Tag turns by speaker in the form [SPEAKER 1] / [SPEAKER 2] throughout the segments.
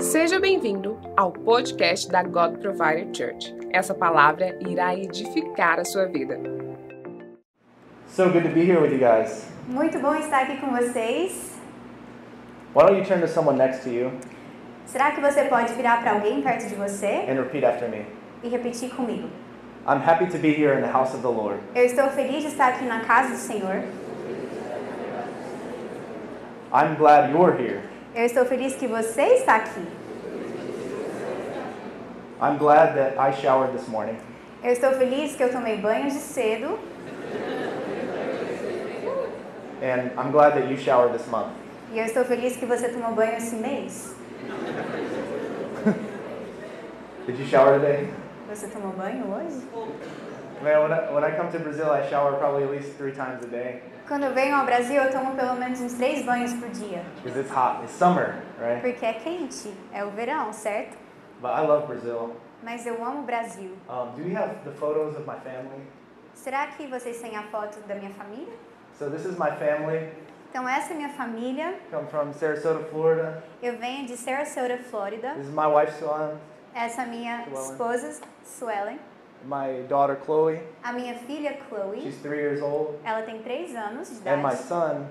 [SPEAKER 1] Seja bem-vindo ao podcast da God Provider Church. Essa palavra irá edificar a sua vida.
[SPEAKER 2] So good to be here with you guys.
[SPEAKER 3] Muito bom estar aqui com vocês.
[SPEAKER 2] Why don't you turn to someone next to you
[SPEAKER 3] Será que você pode virar para alguém perto de você
[SPEAKER 2] and repeat after me?
[SPEAKER 3] e repetir comigo?
[SPEAKER 2] I'm happy to be here in the house of the Lord.
[SPEAKER 3] Eu estou feliz de estar aqui na casa do Senhor.
[SPEAKER 2] I'm glad you're here.
[SPEAKER 3] Eu estou feliz que você está aqui.
[SPEAKER 2] I'm glad that I showered this morning.
[SPEAKER 3] Eu estou feliz que eu tomei banho de cedo
[SPEAKER 2] And I'm glad that you showered this month.
[SPEAKER 3] e eu estou feliz que você tomou banho esse mês.
[SPEAKER 2] Did you shower today?
[SPEAKER 3] Você tomou banho hoje?
[SPEAKER 2] Man, when I, when I come to Brazil, I shower probably at least three times a day
[SPEAKER 3] Quando eu venho ao Brasil, eu tomo pelo menos uns três banhos por dia,
[SPEAKER 2] because it's hot. It's summer, right?
[SPEAKER 3] porque é quente, é o verão, certo?
[SPEAKER 2] But I love Brazil.
[SPEAKER 3] Mas eu amo o Brasil.
[SPEAKER 2] Um, do we have the photos of my family?
[SPEAKER 3] Será que vocês têm a foto da minha família?
[SPEAKER 2] So this is my family.
[SPEAKER 3] Então essa é minha família.
[SPEAKER 2] Come from Sarasota, Florida.
[SPEAKER 3] Eu venho de Sarasota, Flórida.
[SPEAKER 2] This is my wife, Swan.
[SPEAKER 3] Essa é minha
[SPEAKER 2] Suelen.
[SPEAKER 3] esposa, Suelen.
[SPEAKER 2] My daughter, Chloe.
[SPEAKER 3] A minha filha, Chloe.
[SPEAKER 2] She's three years old.
[SPEAKER 3] Ela tem 3 anos de
[SPEAKER 2] And my
[SPEAKER 3] idade.
[SPEAKER 2] son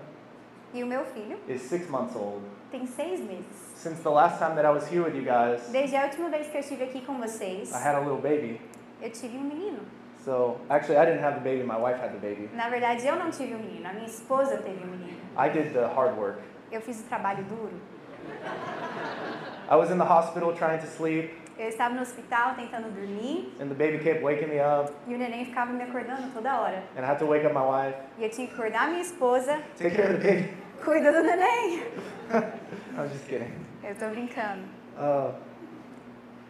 [SPEAKER 3] E o meu filho
[SPEAKER 2] is six months old.
[SPEAKER 3] tem 6 meses.
[SPEAKER 2] Since the last time that I was here with you guys,
[SPEAKER 3] Desde a última vez que eu estive aqui com vocês,
[SPEAKER 2] I had a little baby.
[SPEAKER 3] eu tive um menino.
[SPEAKER 2] So actually, I didn't have the baby. My wife had the baby.
[SPEAKER 3] Na verdade, eu não tive um menino. A minha esposa teve um menino.
[SPEAKER 2] I did the hard work.
[SPEAKER 3] Eu fiz o trabalho duro.
[SPEAKER 2] I was in the hospital trying to sleep,
[SPEAKER 3] Eu estava no hospital tentando dormir
[SPEAKER 2] and the baby kept waking me up,
[SPEAKER 3] e o neném ficava me acordando toda hora.
[SPEAKER 2] and I had to wake up my wife.
[SPEAKER 3] E eu tinha que acordar minha esposa,
[SPEAKER 2] Take care of the baby.
[SPEAKER 3] cuida do neném.
[SPEAKER 2] I was just kidding.
[SPEAKER 3] Eu tô brincando.
[SPEAKER 2] Uh,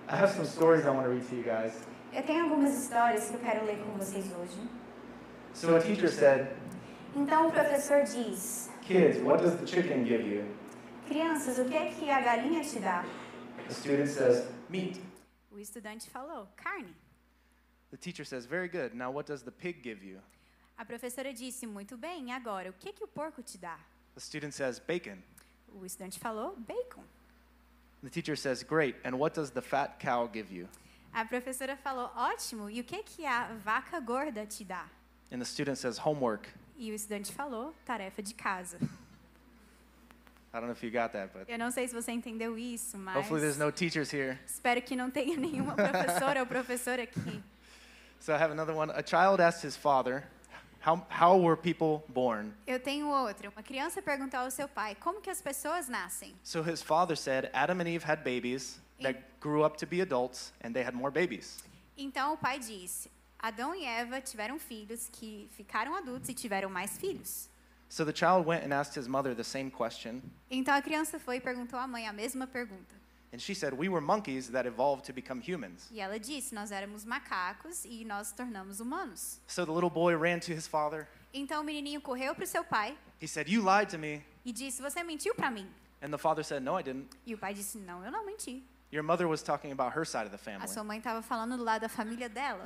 [SPEAKER 2] I have some stories I want to read to you guys.
[SPEAKER 3] Eu tenho algumas histórias que eu quero ler com vocês hoje.
[SPEAKER 2] So a teacher said,
[SPEAKER 3] Então o professor diz:
[SPEAKER 2] "Kids, what does the chicken give you?"
[SPEAKER 3] Crianças, o que é que a galinha te dá?
[SPEAKER 2] The student says, "Meat."
[SPEAKER 3] O estudante falou: carne.
[SPEAKER 2] The teacher says, "Very good. Now what does the pig give you?"
[SPEAKER 3] A professora disse: muito bem, e agora, o que, que o porco te dá?
[SPEAKER 2] The student says, "Bacon."
[SPEAKER 3] O estudante falou: bacon.
[SPEAKER 2] The teacher says, Great, and what does the fat cow give you?
[SPEAKER 3] A professora falou: ótimo, e o que, que a vaca gorda te dá?
[SPEAKER 2] And the student says, Homework.
[SPEAKER 3] E o estudante falou: tarefa de casa.
[SPEAKER 2] I don't know if you got that, but
[SPEAKER 3] Eu não sei se você entendeu isso, mas
[SPEAKER 2] hopefully there's no teachers here.
[SPEAKER 3] espero que não tenha nenhuma professora ou professor aqui.
[SPEAKER 2] So I have another one. A child asked his father, How, how were people born?
[SPEAKER 3] Eu tenho outra. Uma criança perguntou ao seu pai: como que as pessoas nascem?
[SPEAKER 2] So his father said, Adam and Eve had babies that grew up to be adults, and they had more babies.
[SPEAKER 3] Então o pai disse: Adão e Eva tiveram filhos que ficaram adultos e tiveram mais filhos.
[SPEAKER 2] So the child went and asked his mother the same question,
[SPEAKER 3] Então a criança foi e perguntou à mãe a mesma pergunta.
[SPEAKER 2] and she said, We were monkeys that evolved to become humans.
[SPEAKER 3] E ela disse: Nós éramos macacos e nós nos tornamos humanos.
[SPEAKER 2] So the little boy ran to his father.
[SPEAKER 3] Então o menininho correu para o seu pai
[SPEAKER 2] He said, You lied to me.
[SPEAKER 3] e disse: Você mentiu para mim.
[SPEAKER 2] And the father said, No, I didn't.
[SPEAKER 3] E o pai disse: Não, eu não menti.
[SPEAKER 2] Your mother was talking about her side of the
[SPEAKER 3] A
[SPEAKER 2] family.
[SPEAKER 3] sua mãe estava falando do lado da família dela.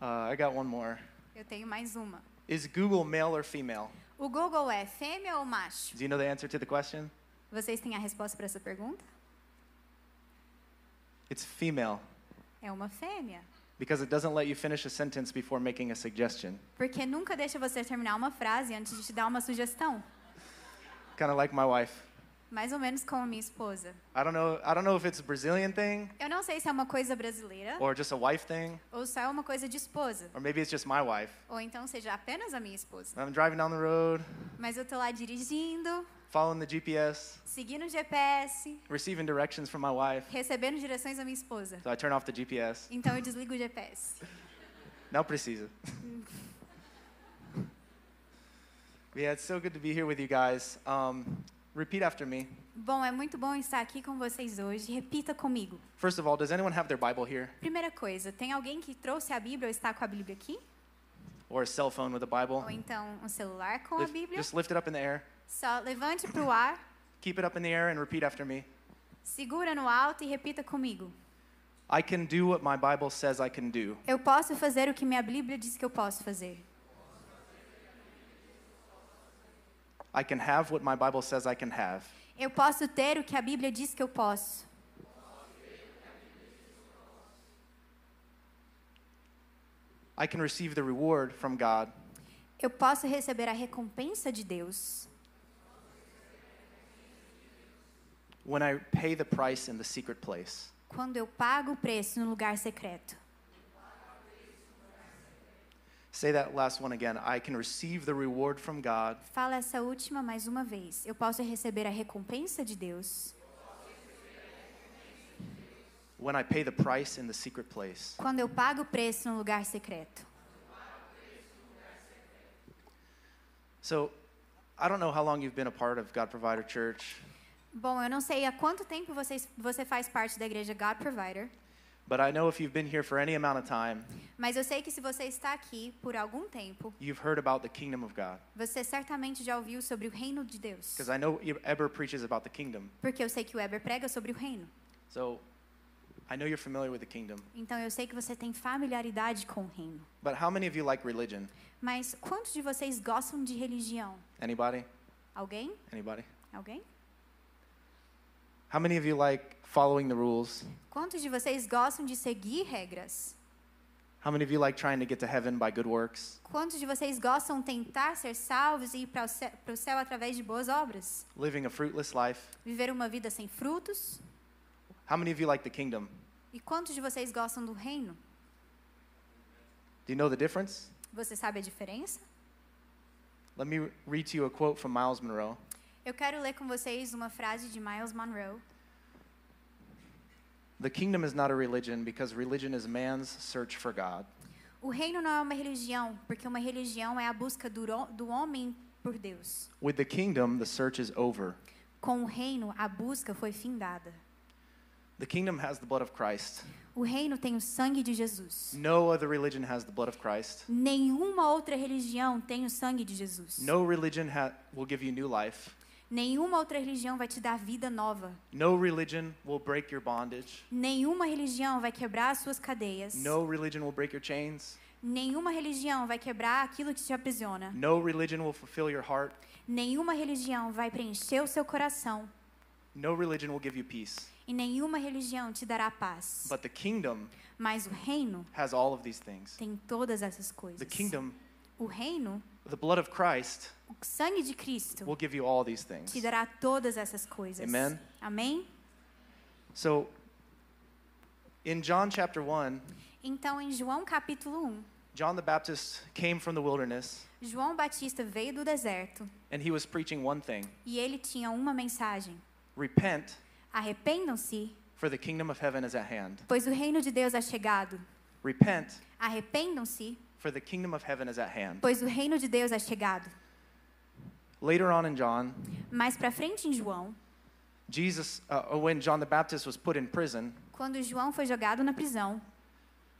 [SPEAKER 2] Uh, I got one more.
[SPEAKER 3] Eu tenho mais uma.
[SPEAKER 2] Is Google male or female?
[SPEAKER 3] O Google é fêmea ou macho?
[SPEAKER 2] Do you know the answer to the question?
[SPEAKER 3] Vocês têm a resposta para essa pergunta?
[SPEAKER 2] It's female
[SPEAKER 3] É uma fêmea.
[SPEAKER 2] because it doesn't let you finish a sentence before making a suggestion.
[SPEAKER 3] Porque nunca deixa você terminar uma frase antes de te dar uma sugestão.
[SPEAKER 2] Kind of like my wife.
[SPEAKER 3] Mais ou menos como a minha esposa.
[SPEAKER 2] I don't know. I don't know if it's a Brazilian thing
[SPEAKER 3] Eu não sei se é uma coisa brasileira
[SPEAKER 2] or just a wife thing,
[SPEAKER 3] ou só é uma coisa de esposa.
[SPEAKER 2] or maybe it's just my wife.
[SPEAKER 3] Ou então seja apenas a minha esposa.
[SPEAKER 2] I'm driving down the road,
[SPEAKER 3] Mas eu tô lá dirigindo,
[SPEAKER 2] following the GPS,
[SPEAKER 3] seguindo o GPS,
[SPEAKER 2] receiving directions from my wife.
[SPEAKER 3] recebendo direções da minha esposa.
[SPEAKER 2] So I turn off the GPS.
[SPEAKER 3] Então eu desligo o GPS.
[SPEAKER 2] Now precisa. yeah, it's so good to be here with you guys. Um, repeat after me.
[SPEAKER 3] Bom, é muito bom estar aqui com vocês hoje. Repita comigo.
[SPEAKER 2] First of all, does anyone have their Bible here?
[SPEAKER 3] Primeira coisa, tem alguém que trouxe a Bíblia ou está com a Bíblia aqui?
[SPEAKER 2] or a cell phone with a Bible.
[SPEAKER 3] Ou então um celular com a
[SPEAKER 2] Lift-
[SPEAKER 3] Bíblia?
[SPEAKER 2] just lift it up in the air.
[SPEAKER 3] Só levante para o ar,
[SPEAKER 2] Keep it up in the air and repeat after me.
[SPEAKER 3] segura no alto e repita comigo.
[SPEAKER 2] I can do what my Bible says I can do.
[SPEAKER 3] Eu posso fazer o que minha Bíblia diz que eu posso fazer.
[SPEAKER 2] I can have what my Bible says I can have.
[SPEAKER 3] Eu posso ter o que a Bíblia diz que eu posso.
[SPEAKER 2] I can receive the reward from God.
[SPEAKER 3] Eu posso receber a recompensa de Deus
[SPEAKER 2] when I pay the price in the secret place.
[SPEAKER 3] quando eu pago o preço no lugar secreto.
[SPEAKER 2] Say that last one again. I can receive the reward from God
[SPEAKER 3] Fala essa última mais uma vez. Eu posso receber a recompensa de Deus
[SPEAKER 2] when I pay the price in the secret place.
[SPEAKER 3] quando eu pago o preço no lugar secreto.
[SPEAKER 2] So, I don't know how long you've been a part of God Provider Church,
[SPEAKER 3] Bom, eu não sei há quanto tempo você, você faz parte da igreja God Provider,
[SPEAKER 2] but I know if you've been here for any amount of time,
[SPEAKER 3] mas eu sei que se você está aqui por algum tempo,
[SPEAKER 2] you've heard about the kingdom of God.
[SPEAKER 3] você certamente já ouviu sobre o reino de Deus.
[SPEAKER 2] Because I know Eber preaches about the kingdom.
[SPEAKER 3] Porque eu sei que o Weber prega sobre o reino.
[SPEAKER 2] So, I know you're familiar with the kingdom.
[SPEAKER 3] Então eu sei que você tem familiaridade com o reino.
[SPEAKER 2] But how many of you like religion?
[SPEAKER 3] Mas quantos de vocês gostam de religião?
[SPEAKER 2] Anybody?
[SPEAKER 3] Alguém?
[SPEAKER 2] Anybody?
[SPEAKER 3] Alguém?
[SPEAKER 2] How many of you like following the rules?
[SPEAKER 3] Quantos de vocês gostam de seguir regras?
[SPEAKER 2] How many of you like trying to get to heaven by good works?
[SPEAKER 3] Quantos de vocês gostam de tentar ser salvos e ir para o céu, para o céu através de boas obras?
[SPEAKER 2] Living a fruitless life?
[SPEAKER 3] Viver uma vida sem frutos?
[SPEAKER 2] How many of you like the kingdom?
[SPEAKER 3] E quantos de vocês gostam do reino?
[SPEAKER 2] Do you know the difference?
[SPEAKER 3] Você sabe a diferença?
[SPEAKER 2] Let me read to you a quote from Miles Monroe.
[SPEAKER 3] Eu quero ler com vocês uma frase de Miles Monroe.
[SPEAKER 2] The kingdom is not a religion because religion is man's search for God.
[SPEAKER 3] O reino não é uma religião, porque uma religião é a busca do, ro- do homem por Deus.
[SPEAKER 2] With the kingdom, the search is over.
[SPEAKER 3] Com o reino, a busca foi findada.
[SPEAKER 2] The kingdom has the blood of Christ.
[SPEAKER 3] O reino tem o sangue de Jesus.
[SPEAKER 2] No other religion has the blood of Christ.
[SPEAKER 3] Nenhuma outra religião tem o sangue de Jesus.
[SPEAKER 2] No religion ha- will give you new life.
[SPEAKER 3] Nenhuma outra religião vai te dar vida nova.
[SPEAKER 2] No religion will break your bondage.
[SPEAKER 3] Nenhuma religião vai quebrar as suas cadeias.
[SPEAKER 2] No religion will break your chains.
[SPEAKER 3] Nenhuma religião vai quebrar aquilo que te aprisiona.
[SPEAKER 2] No religion will fulfill your heart.
[SPEAKER 3] Nenhuma religião vai preencher o seu coração.
[SPEAKER 2] No religion will give you peace.
[SPEAKER 3] E nenhuma religião te dará paz.
[SPEAKER 2] But the kingdom
[SPEAKER 3] Mas o reino
[SPEAKER 2] has all of these things.
[SPEAKER 3] tem todas essas
[SPEAKER 2] The
[SPEAKER 3] coisas.
[SPEAKER 2] kingdom,
[SPEAKER 3] O reino,
[SPEAKER 2] the blood of Christ,
[SPEAKER 3] o sangue de Cristo,
[SPEAKER 2] will give you all these things.
[SPEAKER 3] te dará todas essas coisas.
[SPEAKER 2] Amen.
[SPEAKER 3] Amém?
[SPEAKER 2] So, in John chapter 1,
[SPEAKER 3] Então, em João capítulo 1,
[SPEAKER 2] John the Baptist came from the wilderness
[SPEAKER 3] João Batista veio do deserto
[SPEAKER 2] and he was preaching one thing
[SPEAKER 3] e ele tinha uma mensagem:
[SPEAKER 2] Repent,
[SPEAKER 3] Arrependam-se,
[SPEAKER 2] for the kingdom of heaven is at hand.
[SPEAKER 3] pois o reino de Deus é chegado.
[SPEAKER 2] Repent,
[SPEAKER 3] Arrependam-se,
[SPEAKER 2] for the kingdom of heaven is at hand.
[SPEAKER 3] pois o reino de Deus é chegado.
[SPEAKER 2] Later on in John,
[SPEAKER 3] Mais para frente em João,
[SPEAKER 2] Jesus, uh, when John the Baptist was put in prison,
[SPEAKER 3] quando João foi jogado na prisão,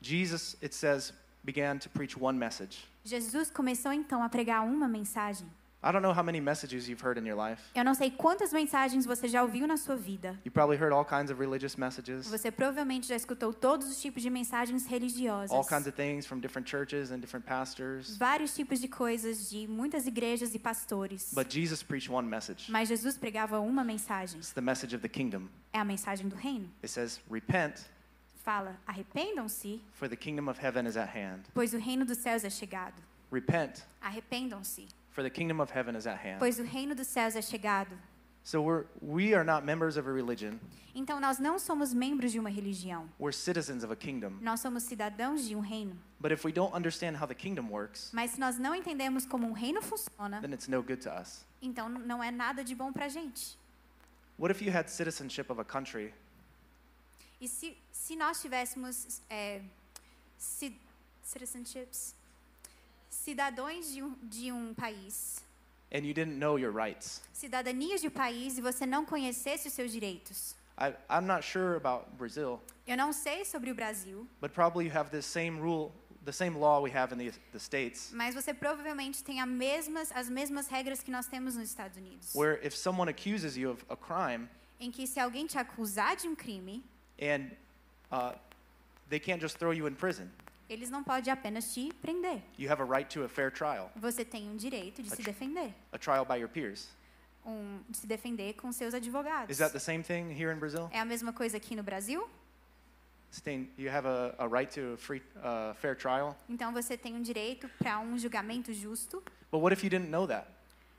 [SPEAKER 2] Jesus, it says, began to preach one message.
[SPEAKER 3] Jesus começou então a pregar uma mensagem.
[SPEAKER 2] I don't know how many messages you've heard in your life.
[SPEAKER 3] Eu não sei quantas mensagens você já ouviu na sua vida.
[SPEAKER 2] You probably heard all kinds of religious messages,
[SPEAKER 3] Você provavelmente já escutou todos os tipos de mensagens
[SPEAKER 2] all kinds
[SPEAKER 3] religiosas.
[SPEAKER 2] of things from different churches and different pastors.
[SPEAKER 3] Vários tipos de coisas de muitas igrejas e pastores.
[SPEAKER 2] But Jesus preached one message.
[SPEAKER 3] Mas Jesus pregava uma mensagem.
[SPEAKER 2] It's the message of the kingdom.
[SPEAKER 3] É a mensagem do reino.
[SPEAKER 2] It says, Repent,
[SPEAKER 3] Fala: arrependam-se,
[SPEAKER 2] for the kingdom of heaven is at hand.
[SPEAKER 3] pois o reino dos céus é chegado.
[SPEAKER 2] Repent,
[SPEAKER 3] Arrependam-se,
[SPEAKER 2] for the kingdom of heaven is at hand.
[SPEAKER 3] pois o reino dos céus é chegado.
[SPEAKER 2] So we're, we are not members of a religion,
[SPEAKER 3] Então nós não somos membros de uma religião.
[SPEAKER 2] we're citizens of a kingdom.
[SPEAKER 3] Nós somos cidadãos de um reino.
[SPEAKER 2] But if we don't understand how the kingdom works,
[SPEAKER 3] Mas se nós não entendemos como um reino funciona,
[SPEAKER 2] then it's no good to us.
[SPEAKER 3] então n- não é nada de bom pra gente.
[SPEAKER 2] What if you had citizenship of a country,
[SPEAKER 3] E se, se nós tivéssemos é, ci- citizenships, cidadãos de um, de um país,
[SPEAKER 2] and you didn't know your rights?
[SPEAKER 3] cidadanias de um país, e você não conhecesse os seus direitos?
[SPEAKER 2] I, I'm not sure about Brazil,
[SPEAKER 3] Eu não sei sobre o Brasil,
[SPEAKER 2] but probably you have this same rule, the same law we have in the, the States,
[SPEAKER 3] mas você provavelmente tem a mesmas, as mesmas regras que nós temos nos Estados Unidos.
[SPEAKER 2] where if someone accuses you of a crime
[SPEAKER 3] Em que se alguém te acusar de um crime,
[SPEAKER 2] and uh, they can't just throw you in prison,
[SPEAKER 3] Eles não podem apenas te prender.
[SPEAKER 2] You have a right to a fair trial,
[SPEAKER 3] Você tem um direito de se defender,
[SPEAKER 2] a trial by your peers.
[SPEAKER 3] um, de se defender com
[SPEAKER 2] Is
[SPEAKER 3] seus advogados.
[SPEAKER 2] that the same thing here in Brazil?
[SPEAKER 3] É a mesma coisa aqui no Brasil?
[SPEAKER 2] Stain, you have a, a right to a free, uh, fair trial.
[SPEAKER 3] Então você tem um direito para um julgamento justo.
[SPEAKER 2] But what if you didn't know that?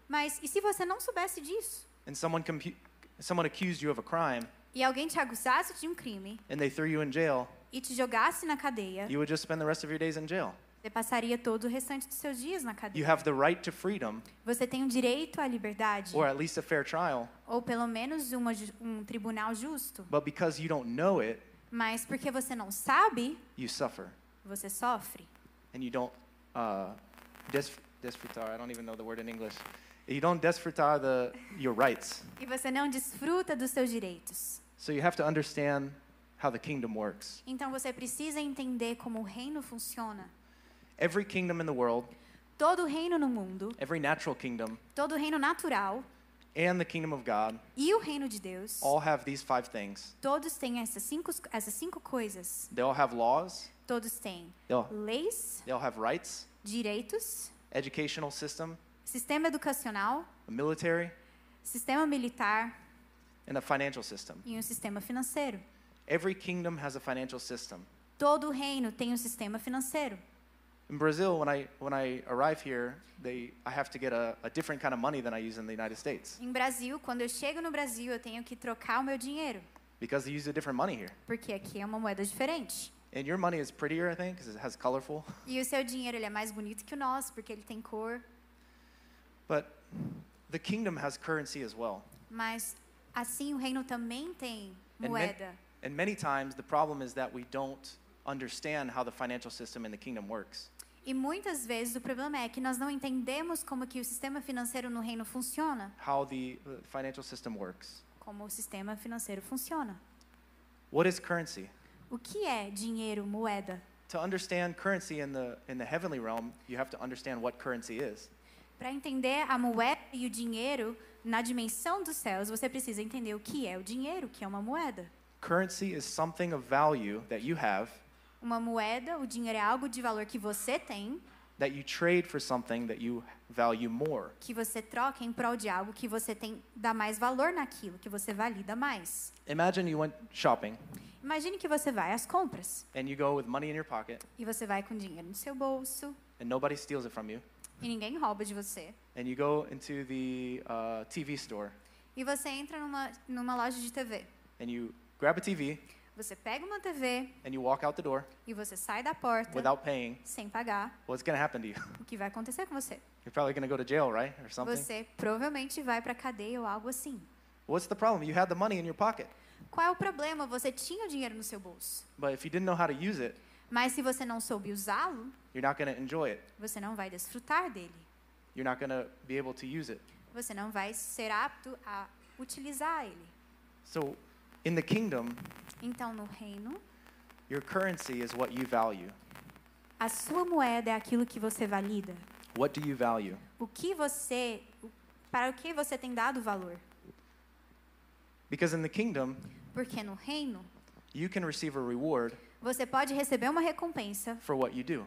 [SPEAKER 3] Mas e se você não soubesse disso?
[SPEAKER 2] And someone, compu- someone accused you of a crime
[SPEAKER 3] E alguém te acusasse de um crime
[SPEAKER 2] and they threw you in jail,
[SPEAKER 3] e te jogasse na cadeia,
[SPEAKER 2] you would just spend the rest of your days in jail.
[SPEAKER 3] você passaria todo o restante dos seus dias na
[SPEAKER 2] You
[SPEAKER 3] cadeia.
[SPEAKER 2] have the right to freedom,
[SPEAKER 3] Você tem um direito à liberdade,
[SPEAKER 2] or at least a fair trial,
[SPEAKER 3] ou pelo menos uma ju- um tribunal justo.
[SPEAKER 2] but because you don't know it,
[SPEAKER 3] Mas porque você não sabe,
[SPEAKER 2] you suffer.
[SPEAKER 3] você sofre.
[SPEAKER 2] And you don't uh, des- desfrutar, I don't even know the word in English. You don't desfrutar the, your rights.
[SPEAKER 3] E você não desfruta dos seus direitos.
[SPEAKER 2] So you have to understand how the kingdom works.
[SPEAKER 3] Então você precisa entender como o reino funciona.
[SPEAKER 2] Every kingdom in the world,
[SPEAKER 3] Todo reino no mundo,
[SPEAKER 2] every natural kingdom,
[SPEAKER 3] todo reino natural
[SPEAKER 2] and the kingdom of God
[SPEAKER 3] e o reino de Deus,
[SPEAKER 2] all have these five things.
[SPEAKER 3] todos têm essas cinco, essas cinco coisas.
[SPEAKER 2] They all have laws,
[SPEAKER 3] Todos têm
[SPEAKER 2] they all,
[SPEAKER 3] leis,
[SPEAKER 2] they all have rights,
[SPEAKER 3] direitos,
[SPEAKER 2] educational system,
[SPEAKER 3] sistema educacional,
[SPEAKER 2] a military,
[SPEAKER 3] sistema militar
[SPEAKER 2] and a financial system.
[SPEAKER 3] e um sistema financeiro.
[SPEAKER 2] Every kingdom has a financial system.
[SPEAKER 3] Todo reino tem um sistema financeiro.
[SPEAKER 2] In Brazil, when I, when I arrive here, they, I have to get a, a different kind of money than I use in the United States
[SPEAKER 3] Em Brasil, quando eu chego no Brasil, eu tenho que trocar o meu dinheiro,
[SPEAKER 2] because they use a different money here.
[SPEAKER 3] porque aqui é uma moeda diferente.
[SPEAKER 2] And your money is prettier, I think, because it has colorful.
[SPEAKER 3] E o seu dinheiro ele é mais bonito que o nosso, porque ele tem cor,
[SPEAKER 2] But the kingdom has currency as well.
[SPEAKER 3] mas assim o reino também tem
[SPEAKER 2] And,
[SPEAKER 3] moeda.
[SPEAKER 2] and many times the problem is that we don't understand how the financial system in the kingdom works.
[SPEAKER 3] E muitas vezes o problema é que nós não entendemos como que o sistema financeiro no reino funciona,
[SPEAKER 2] How the uh, financial system works.
[SPEAKER 3] como o sistema financeiro funciona.
[SPEAKER 2] What is currency?
[SPEAKER 3] O que é dinheiro, moeda?
[SPEAKER 2] To understand currency in the, in the heavenly realm, you have to understand what currency is.
[SPEAKER 3] Para entender a moeda e o dinheiro na dimensão dos céus, você precisa entender o que é o dinheiro, o que é uma moeda.
[SPEAKER 2] Currency is something of value that you have
[SPEAKER 3] Uma moeda, o dinheiro é algo de valor que você tem,
[SPEAKER 2] that you trade for something that you value more.
[SPEAKER 3] que você troca em prol de algo que você tem dá mais valor naquilo, que você valida mais.
[SPEAKER 2] Imagine you went shopping
[SPEAKER 3] Imagine que você vai às compras
[SPEAKER 2] and you go with money in your pocket
[SPEAKER 3] e você vai com dinheiro no seu bolso
[SPEAKER 2] and nobody steals it from you.
[SPEAKER 3] e ninguém rouba de você.
[SPEAKER 2] And you go into the uh, TV store
[SPEAKER 3] E você entra numa, numa loja de TV.
[SPEAKER 2] and you grab a TV
[SPEAKER 3] Você pega uma TV
[SPEAKER 2] and you walk out the door
[SPEAKER 3] e você sai da porta
[SPEAKER 2] without paying.
[SPEAKER 3] sem pagar.
[SPEAKER 2] What's going to happen to you?
[SPEAKER 3] O que vai acontecer com você?
[SPEAKER 2] You're probably going to go to jail, right? Or something.
[SPEAKER 3] Você provavelmente vai para cadeia ou algo assim.
[SPEAKER 2] What's the problem? You had the money in your pocket,
[SPEAKER 3] Qual é o problema? Você tinha o dinheiro no seu bolso,
[SPEAKER 2] but if you didn't know how to use it,
[SPEAKER 3] mas se você não soube usá-lo,
[SPEAKER 2] you're not going to enjoy it.
[SPEAKER 3] você não vai desfrutar dele.
[SPEAKER 2] You're not going to be able to use it.
[SPEAKER 3] Você não vai ser apto a utilizar ele.
[SPEAKER 2] So, in the kingdom,
[SPEAKER 3] Então, no reino,
[SPEAKER 2] your currency is what you value.
[SPEAKER 3] a sua moeda é aquilo que você valida.
[SPEAKER 2] What do you value?
[SPEAKER 3] O que você o- para o que você tem dado valor?
[SPEAKER 2] Because in the kingdom,
[SPEAKER 3] Porque no reino,
[SPEAKER 2] you can receive a reward
[SPEAKER 3] você pode receber uma recompensa
[SPEAKER 2] for what you do.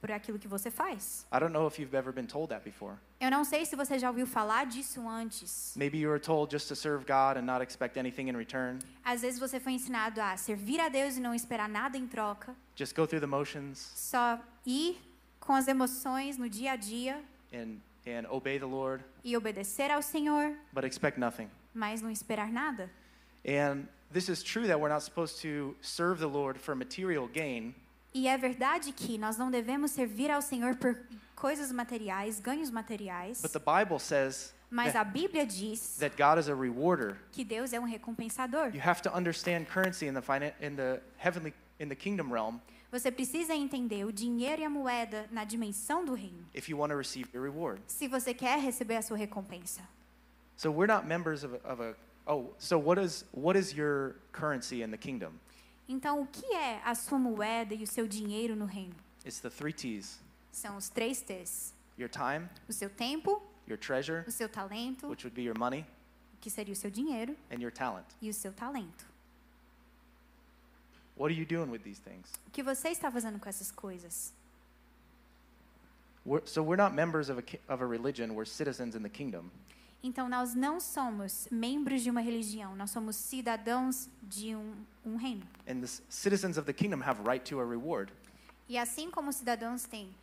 [SPEAKER 3] por aquilo que você faz.
[SPEAKER 2] I don't know if you've ever been told that before.
[SPEAKER 3] Eu não sei se você já ouviu falar disso antes.
[SPEAKER 2] Maybe you were told just to serve God and not expect anything in return,
[SPEAKER 3] Às vezes você foi ensinado a servir a Deus e não esperar nada em troca,
[SPEAKER 2] just go through the motions
[SPEAKER 3] só ir com as emoções no dia a dia
[SPEAKER 2] and, and obey the Lord,
[SPEAKER 3] e obedecer ao Senhor,
[SPEAKER 2] but expect nothing.
[SPEAKER 3] mas não esperar nada.
[SPEAKER 2] And this is true that we're not supposed to serve the Lord for material gain,
[SPEAKER 3] E é verdade que nós não devemos servir ao Senhor por coisas materiais, ganhos materiais,
[SPEAKER 2] but the Bible says
[SPEAKER 3] mas
[SPEAKER 2] that,
[SPEAKER 3] a Bíblia diz
[SPEAKER 2] that God is a rewarder.
[SPEAKER 3] que Deus é um recompensador.
[SPEAKER 2] You have to understand currency in the, finan- in the heavenly, in the kingdom realm
[SPEAKER 3] Você precisa entender o dinheiro e a moeda na dimensão do reino,
[SPEAKER 2] if you want to receive your reward.
[SPEAKER 3] se você quer receber a sua recompensa.
[SPEAKER 2] So we're not members of a, of a oh, so what is what is your currency in the kingdom?
[SPEAKER 3] Então, o que é a sua moeda e o seu dinheiro no reino?
[SPEAKER 2] It's the three T's.
[SPEAKER 3] São os três T's:
[SPEAKER 2] Your time,
[SPEAKER 3] o seu tempo,
[SPEAKER 2] your treasure,
[SPEAKER 3] o seu talento,
[SPEAKER 2] which would be your money,
[SPEAKER 3] que seria o seu dinheiro,
[SPEAKER 2] and your talent.
[SPEAKER 3] e o seu talento.
[SPEAKER 2] What are you doing with these things?
[SPEAKER 3] O que você está fazendo com essas coisas?
[SPEAKER 2] We're, so we're not members of a, ki- of a religion, we're citizens in the kingdom.
[SPEAKER 3] Então, nós não somos membros de uma religião, nós somos cidadãos de um, um reino.
[SPEAKER 2] And the c- citizens of the kingdom have right to a reward.
[SPEAKER 3] E assim como os cidadãos têm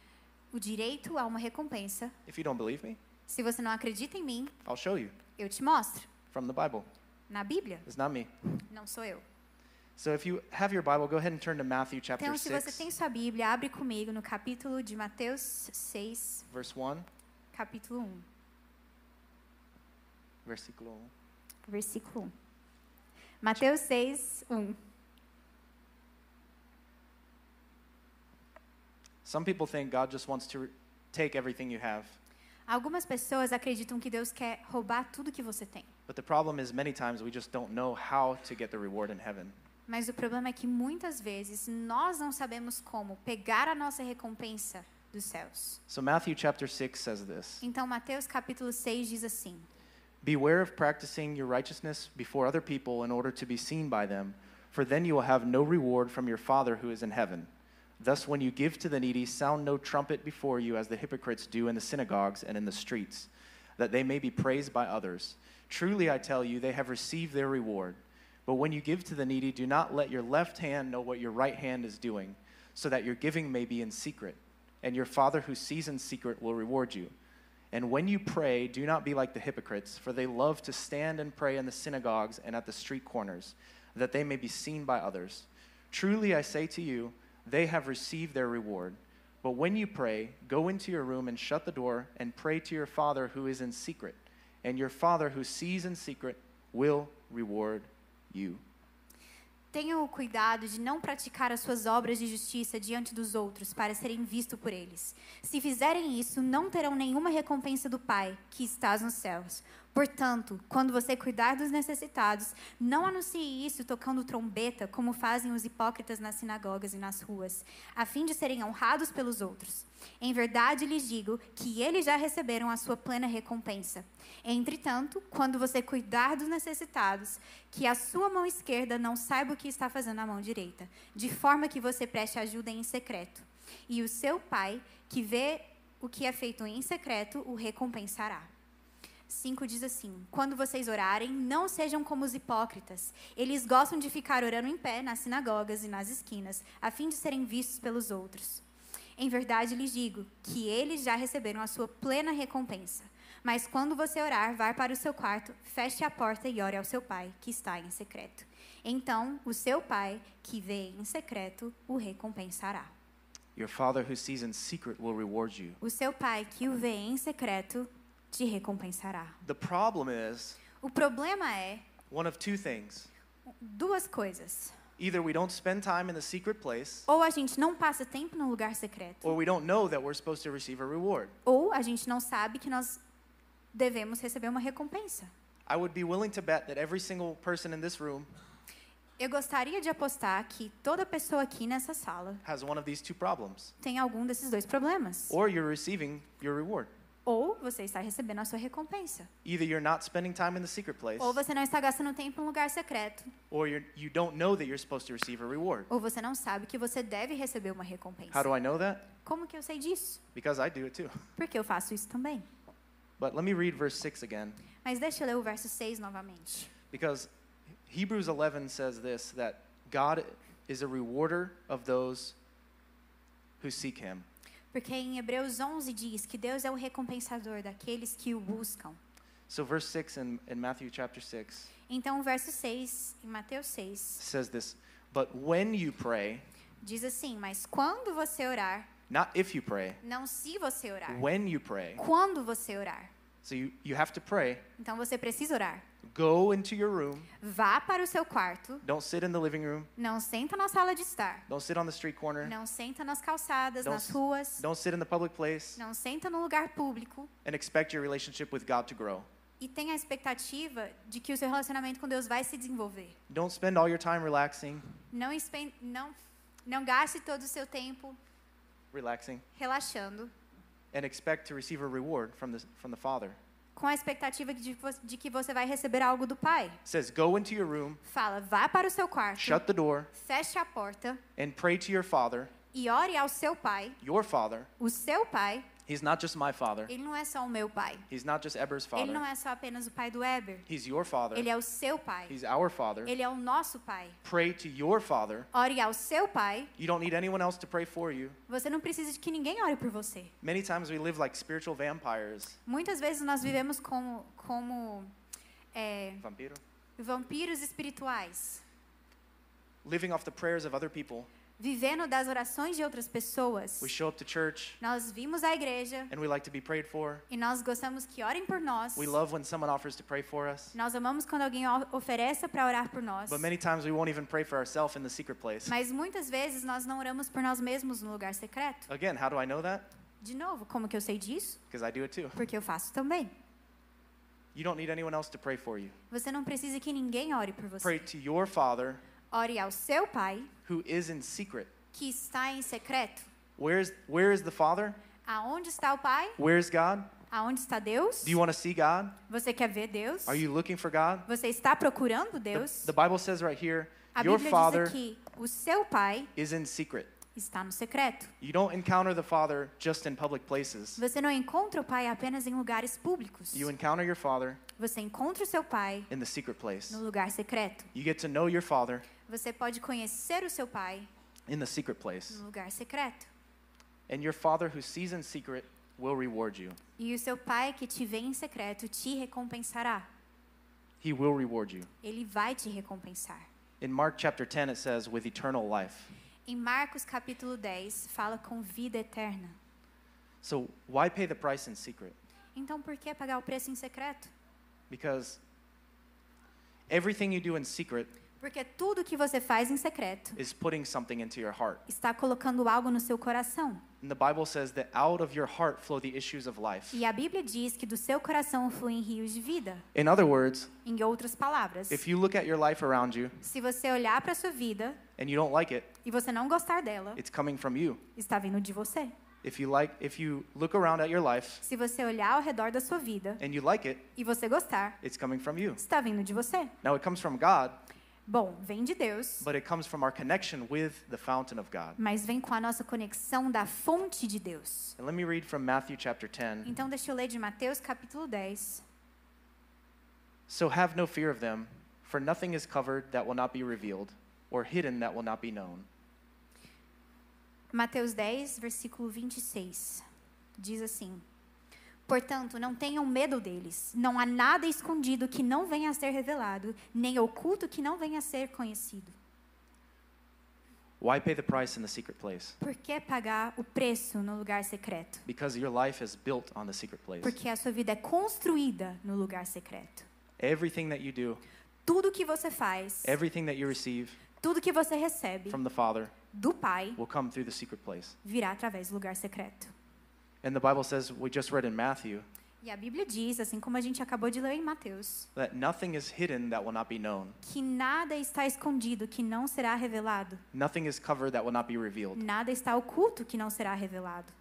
[SPEAKER 3] o direito a uma recompensa,
[SPEAKER 2] If you don't believe me,
[SPEAKER 3] se você não acredita em mim,
[SPEAKER 2] I'll show you
[SPEAKER 3] eu te mostro.
[SPEAKER 2] from the Bible.
[SPEAKER 3] Na Bíblia,
[SPEAKER 2] It's not me.
[SPEAKER 3] não sou eu.
[SPEAKER 2] So if you have your Bible, go ahead and turn to Matthew chapter
[SPEAKER 3] Então, se você
[SPEAKER 2] 6,
[SPEAKER 3] tem sua Bíblia, abre comigo no capítulo de Mateus 6,
[SPEAKER 2] verse 1,
[SPEAKER 3] capítulo 1,
[SPEAKER 2] versículo 1.
[SPEAKER 3] versículo 1. Mateus um. 6, 1.
[SPEAKER 2] Some people think God just wants to re- take everything you have.
[SPEAKER 3] Algumas pessoas acreditam que Deus quer roubar tudo que você tem.
[SPEAKER 2] But the problem is many times we just don't know how to get the reward in heaven.
[SPEAKER 3] Mas o problema é que muitas vezes nós não sabemos como pegar a nossa recompensa dos céus.
[SPEAKER 2] So Matthew chapter 6 says this.
[SPEAKER 3] Então, Mateus capítulo 6 diz assim:
[SPEAKER 2] Beware of practicing your righteousness before other people in order to be seen by them, for then you will have no reward from your Father who is in heaven. Thus, when you give to the needy, sound no trumpet before you, as the hypocrites do in the synagogues and in the streets, that they may be praised by others. Truly, I tell you, they have received their reward. But when you give to the needy, do not let your left hand know what your right hand is doing, so that your giving may be in secret, and your Father who sees in secret will reward you. And when you pray, do not be like the hypocrites, for they love to stand and pray in the synagogues and at the street corners, that they may be seen by others. Truly I say to you, they have received their reward. But when you pray, go into your room and shut the door and pray to your Father who is in secret, and your Father who sees in secret will reward you.
[SPEAKER 3] Tenham o cuidado de não praticar as suas obras de justiça diante dos outros para serem vistos por eles. Se fizerem isso, não terão nenhuma recompensa do Pai que estás nos céus. Portanto, quando você cuidar dos necessitados, não anuncie isso tocando trombeta, como fazem os hipócritas nas sinagogas e nas ruas, a fim de serem honrados pelos outros. Em verdade lhes digo que eles já receberam a sua plena recompensa. Entretanto, quando você cuidar dos necessitados, que a sua mão esquerda não saiba o que está fazendo a mão direita, de forma que você preste ajuda em secreto. E o seu pai, que vê o que é feito em secreto, o recompensará. 5 diz assim: Quando vocês orarem, não sejam como os hipócritas. Eles gostam de ficar orando em pé nas sinagogas e nas esquinas, a fim de serem vistos pelos outros. Em verdade lhes digo que eles já receberam a sua plena recompensa. Mas quando você orar, vá para o seu quarto, feche a porta e ore ao seu pai, que está em secreto. Então, o seu pai, que vê em secreto, o recompensará.
[SPEAKER 2] Your Father who sees in secret will reward you.
[SPEAKER 3] O seu pai, que o vê em secreto, te recompensará.
[SPEAKER 2] The problem is
[SPEAKER 3] O problema é
[SPEAKER 2] one of two things
[SPEAKER 3] duas coisas.
[SPEAKER 2] either we don't spend time in the secret place,
[SPEAKER 3] Ou a gente não passa tempo no lugar secreto,
[SPEAKER 2] or we don't know that we're supposed to receive a reward.
[SPEAKER 3] ou a gente não sabe que nós devemos receber uma recompensa.
[SPEAKER 2] I would be willing to bet that every single person in this room
[SPEAKER 3] Eu gostaria de apostar que toda pessoa aqui nessa sala
[SPEAKER 2] has one of these two problems.
[SPEAKER 3] tem algum desses dois problemas.
[SPEAKER 2] Or you're receiving your reward.
[SPEAKER 3] Ou você está recebendo a sua recompensa.
[SPEAKER 2] Either you're not spending time in the secret place,
[SPEAKER 3] Ou você não está gastando tempo em um lugar secreto.
[SPEAKER 2] or you're, you don't know that you're supposed to receive a reward.
[SPEAKER 3] Ou você não sabe que você deve receber uma recompensa.
[SPEAKER 2] How do I know that?
[SPEAKER 3] Como que eu sei disso?
[SPEAKER 2] Because I do it too.
[SPEAKER 3] Porque eu faço isso também.
[SPEAKER 2] But let me read verse 6 again,
[SPEAKER 3] Mas deixa eu ler o verso 6 novamente.
[SPEAKER 2] because Hebrews 11 says this that God is a rewarder of those who seek him.
[SPEAKER 3] Porque em Hebreus 11 diz que Deus é o recompensador daqueles que o buscam.
[SPEAKER 2] So, verse 6 in, in Matthew chapter 6
[SPEAKER 3] Então, o verso 6, em Mateus 6,
[SPEAKER 2] says this But when you pray,
[SPEAKER 3] diz assim: Mas quando você orar,
[SPEAKER 2] not if you pray,
[SPEAKER 3] não se você orar,
[SPEAKER 2] when you pray,
[SPEAKER 3] quando você orar.
[SPEAKER 2] So you, you have to pray.
[SPEAKER 3] Então, você precisa orar.
[SPEAKER 2] Go into your room.
[SPEAKER 3] Vá para o seu quarto,
[SPEAKER 2] Don't sit in the living room.
[SPEAKER 3] não senta na sala de estar,
[SPEAKER 2] Don't sit on the street corner.
[SPEAKER 3] não senta nas calçadas,
[SPEAKER 2] Don't
[SPEAKER 3] nas
[SPEAKER 2] s-
[SPEAKER 3] ruas,
[SPEAKER 2] Don't sit in the public place
[SPEAKER 3] não senta no lugar público
[SPEAKER 2] and expect your relationship with God to grow.
[SPEAKER 3] e tenha a expectativa de que o seu relacionamento com Deus vai se desenvolver.
[SPEAKER 2] Don't spend all your time relaxing,
[SPEAKER 3] Não, espen- não, não gaste todo o seu tempo
[SPEAKER 2] relaxing,
[SPEAKER 3] relaxando
[SPEAKER 2] and expect to receive a reward from the, from the Father.
[SPEAKER 3] com a expectativa de que vo- de que você vai receber algo do Pai.
[SPEAKER 2] says, Go into your room,
[SPEAKER 3] Fala, vá para o seu quarto,
[SPEAKER 2] shut the door,
[SPEAKER 3] feche a porta
[SPEAKER 2] and pray to your father,
[SPEAKER 3] e ore ao seu Pai.
[SPEAKER 2] your father.
[SPEAKER 3] O seu Pai,
[SPEAKER 2] He's not just my father,
[SPEAKER 3] ele não é só o meu Pai.
[SPEAKER 2] he's not just Eber's
[SPEAKER 3] Ele não
[SPEAKER 2] father,
[SPEAKER 3] é só apenas o Pai do Weber.
[SPEAKER 2] he's your father,
[SPEAKER 3] Ele é o seu Pai.
[SPEAKER 2] he's our father.
[SPEAKER 3] Ele é o nosso Pai.
[SPEAKER 2] Pray to your father.
[SPEAKER 3] Ore ao seu Pai.
[SPEAKER 2] You don't need anyone else to pray for you.
[SPEAKER 3] Você não precisa de que ninguém ore por você.
[SPEAKER 2] Many times we live like spiritual vampires.
[SPEAKER 3] Muitas vezes nós vivemos como, como é,
[SPEAKER 2] Vampiro?
[SPEAKER 3] vampiros espirituais,
[SPEAKER 2] Living off the prayers of other people.
[SPEAKER 3] vivendo das orações de outras pessoas.
[SPEAKER 2] We show up to church
[SPEAKER 3] Nós vimos a igreja
[SPEAKER 2] and we like to be prayed for.
[SPEAKER 3] e nós gostamos que orem por nós.
[SPEAKER 2] We love when someone offers to pray for us.
[SPEAKER 3] Nós amamos quando alguém o- oferece para orar por nós.
[SPEAKER 2] But many times we won't even pray for ourselves in the secret place.
[SPEAKER 3] Mas muitas vezes nós não oramos por nós mesmos no lugar secreto.
[SPEAKER 2] Again, how do I know that?
[SPEAKER 3] De novo, como que eu sei disso?
[SPEAKER 2] Because I do it too.
[SPEAKER 3] Porque eu faço também.
[SPEAKER 2] You don't need anyone else to pray for you.
[SPEAKER 3] Você não precisa que ninguém ore por
[SPEAKER 2] Pray
[SPEAKER 3] você.
[SPEAKER 2] to your Father
[SPEAKER 3] Ore ao seu pai,
[SPEAKER 2] who is in secret.
[SPEAKER 3] que está em secreto.
[SPEAKER 2] Where is, where is the Father?
[SPEAKER 3] Aonde está o pai?
[SPEAKER 2] Where is God?
[SPEAKER 3] Aonde está Deus?
[SPEAKER 2] Do you want to see God?
[SPEAKER 3] Você quer ver Deus?
[SPEAKER 2] Are you looking for God?
[SPEAKER 3] Você está procurando
[SPEAKER 2] The-
[SPEAKER 3] Deus?
[SPEAKER 2] the Bible says right here,
[SPEAKER 3] A
[SPEAKER 2] your
[SPEAKER 3] Bíblia diz
[SPEAKER 2] Father
[SPEAKER 3] aqui, o seu pai
[SPEAKER 2] is in secret.
[SPEAKER 3] está no secreto.
[SPEAKER 2] You don't encounter the Father just in public places.
[SPEAKER 3] Você não encontra o pai apenas em lugares públicos.
[SPEAKER 2] You encounter your Father
[SPEAKER 3] Você encontra o seu pai
[SPEAKER 2] in the secret place.
[SPEAKER 3] no lugar secreto.
[SPEAKER 2] You get to know your Father
[SPEAKER 3] Você pode conhecer o seu pai
[SPEAKER 2] in the secret place.
[SPEAKER 3] no lugar secreto.
[SPEAKER 2] And your Father who sees in secret will reward you.
[SPEAKER 3] E o seu pai que te vê em secreto te recompensará.
[SPEAKER 2] He will reward you.
[SPEAKER 3] Ele vai te recompensar.
[SPEAKER 2] In Mark chapter 10, it says, with eternal life.
[SPEAKER 3] Em Marcos capítulo 10, fala com vida eterna.
[SPEAKER 2] So why pay the price in secret?
[SPEAKER 3] Então por que pagar o preço em secreto?
[SPEAKER 2] Because everything you do in secret
[SPEAKER 3] Porque tudo que você faz em secreto
[SPEAKER 2] is putting something into your heart.
[SPEAKER 3] está colocando algo no seu coração.
[SPEAKER 2] And the Bible says that out of your heart flow the issues of life.
[SPEAKER 3] E a Bíblia diz que do seu coração fluem rios de vida.
[SPEAKER 2] In other words,
[SPEAKER 3] Em outras palavras,
[SPEAKER 2] if you look at your life around you
[SPEAKER 3] se você olhar para sua vida
[SPEAKER 2] and you don't like it,
[SPEAKER 3] e você não gostar dela,
[SPEAKER 2] it's coming from you.
[SPEAKER 3] está vindo de você.
[SPEAKER 2] If you like if you look around at your life
[SPEAKER 3] Se você olhar ao redor da sua vida
[SPEAKER 2] and you like it,
[SPEAKER 3] e você gostar,
[SPEAKER 2] it's coming from you.
[SPEAKER 3] está vindo de você.
[SPEAKER 2] Now it comes from God,
[SPEAKER 3] Bom, vem de Deus,
[SPEAKER 2] but it comes from our connection with the fountain of God.
[SPEAKER 3] mas vem com a nossa conexão da fonte de Deus.
[SPEAKER 2] And let me read from Matthew chapter 10.
[SPEAKER 3] Então deixa eu ler de Mateus capítulo 10.
[SPEAKER 2] So have no fear of them, for nothing is covered that will not be revealed, or hidden that will not be known.
[SPEAKER 3] Mateus 10, versículo 26. Diz assim: Portanto, não tenham medo deles. Não há nada escondido que não venha a ser revelado, nem oculto que não venha a ser conhecido.
[SPEAKER 2] Why pay the price in the secret place?
[SPEAKER 3] Por que pagar o preço no lugar secreto?
[SPEAKER 2] Because your life is built on the secret place.
[SPEAKER 3] Porque a sua vida é construída no lugar secreto.
[SPEAKER 2] Everything that you do,
[SPEAKER 3] Tudo que você faz,
[SPEAKER 2] everything that you receive
[SPEAKER 3] tudo que você recebe
[SPEAKER 2] É from the Father
[SPEAKER 3] do Pai
[SPEAKER 2] will come through the secret place.
[SPEAKER 3] virá através do lugar secreto.
[SPEAKER 2] And the Bible says, we just read in Matthew,
[SPEAKER 3] E a Bíblia diz, assim como a gente acabou de ler em Mateus,
[SPEAKER 2] that nothing is hidden that will not be known,
[SPEAKER 3] que nada está escondido que não será revelado.
[SPEAKER 2] nothing is covered that will not be revealed.
[SPEAKER 3] Nada está oculto que não será revelado.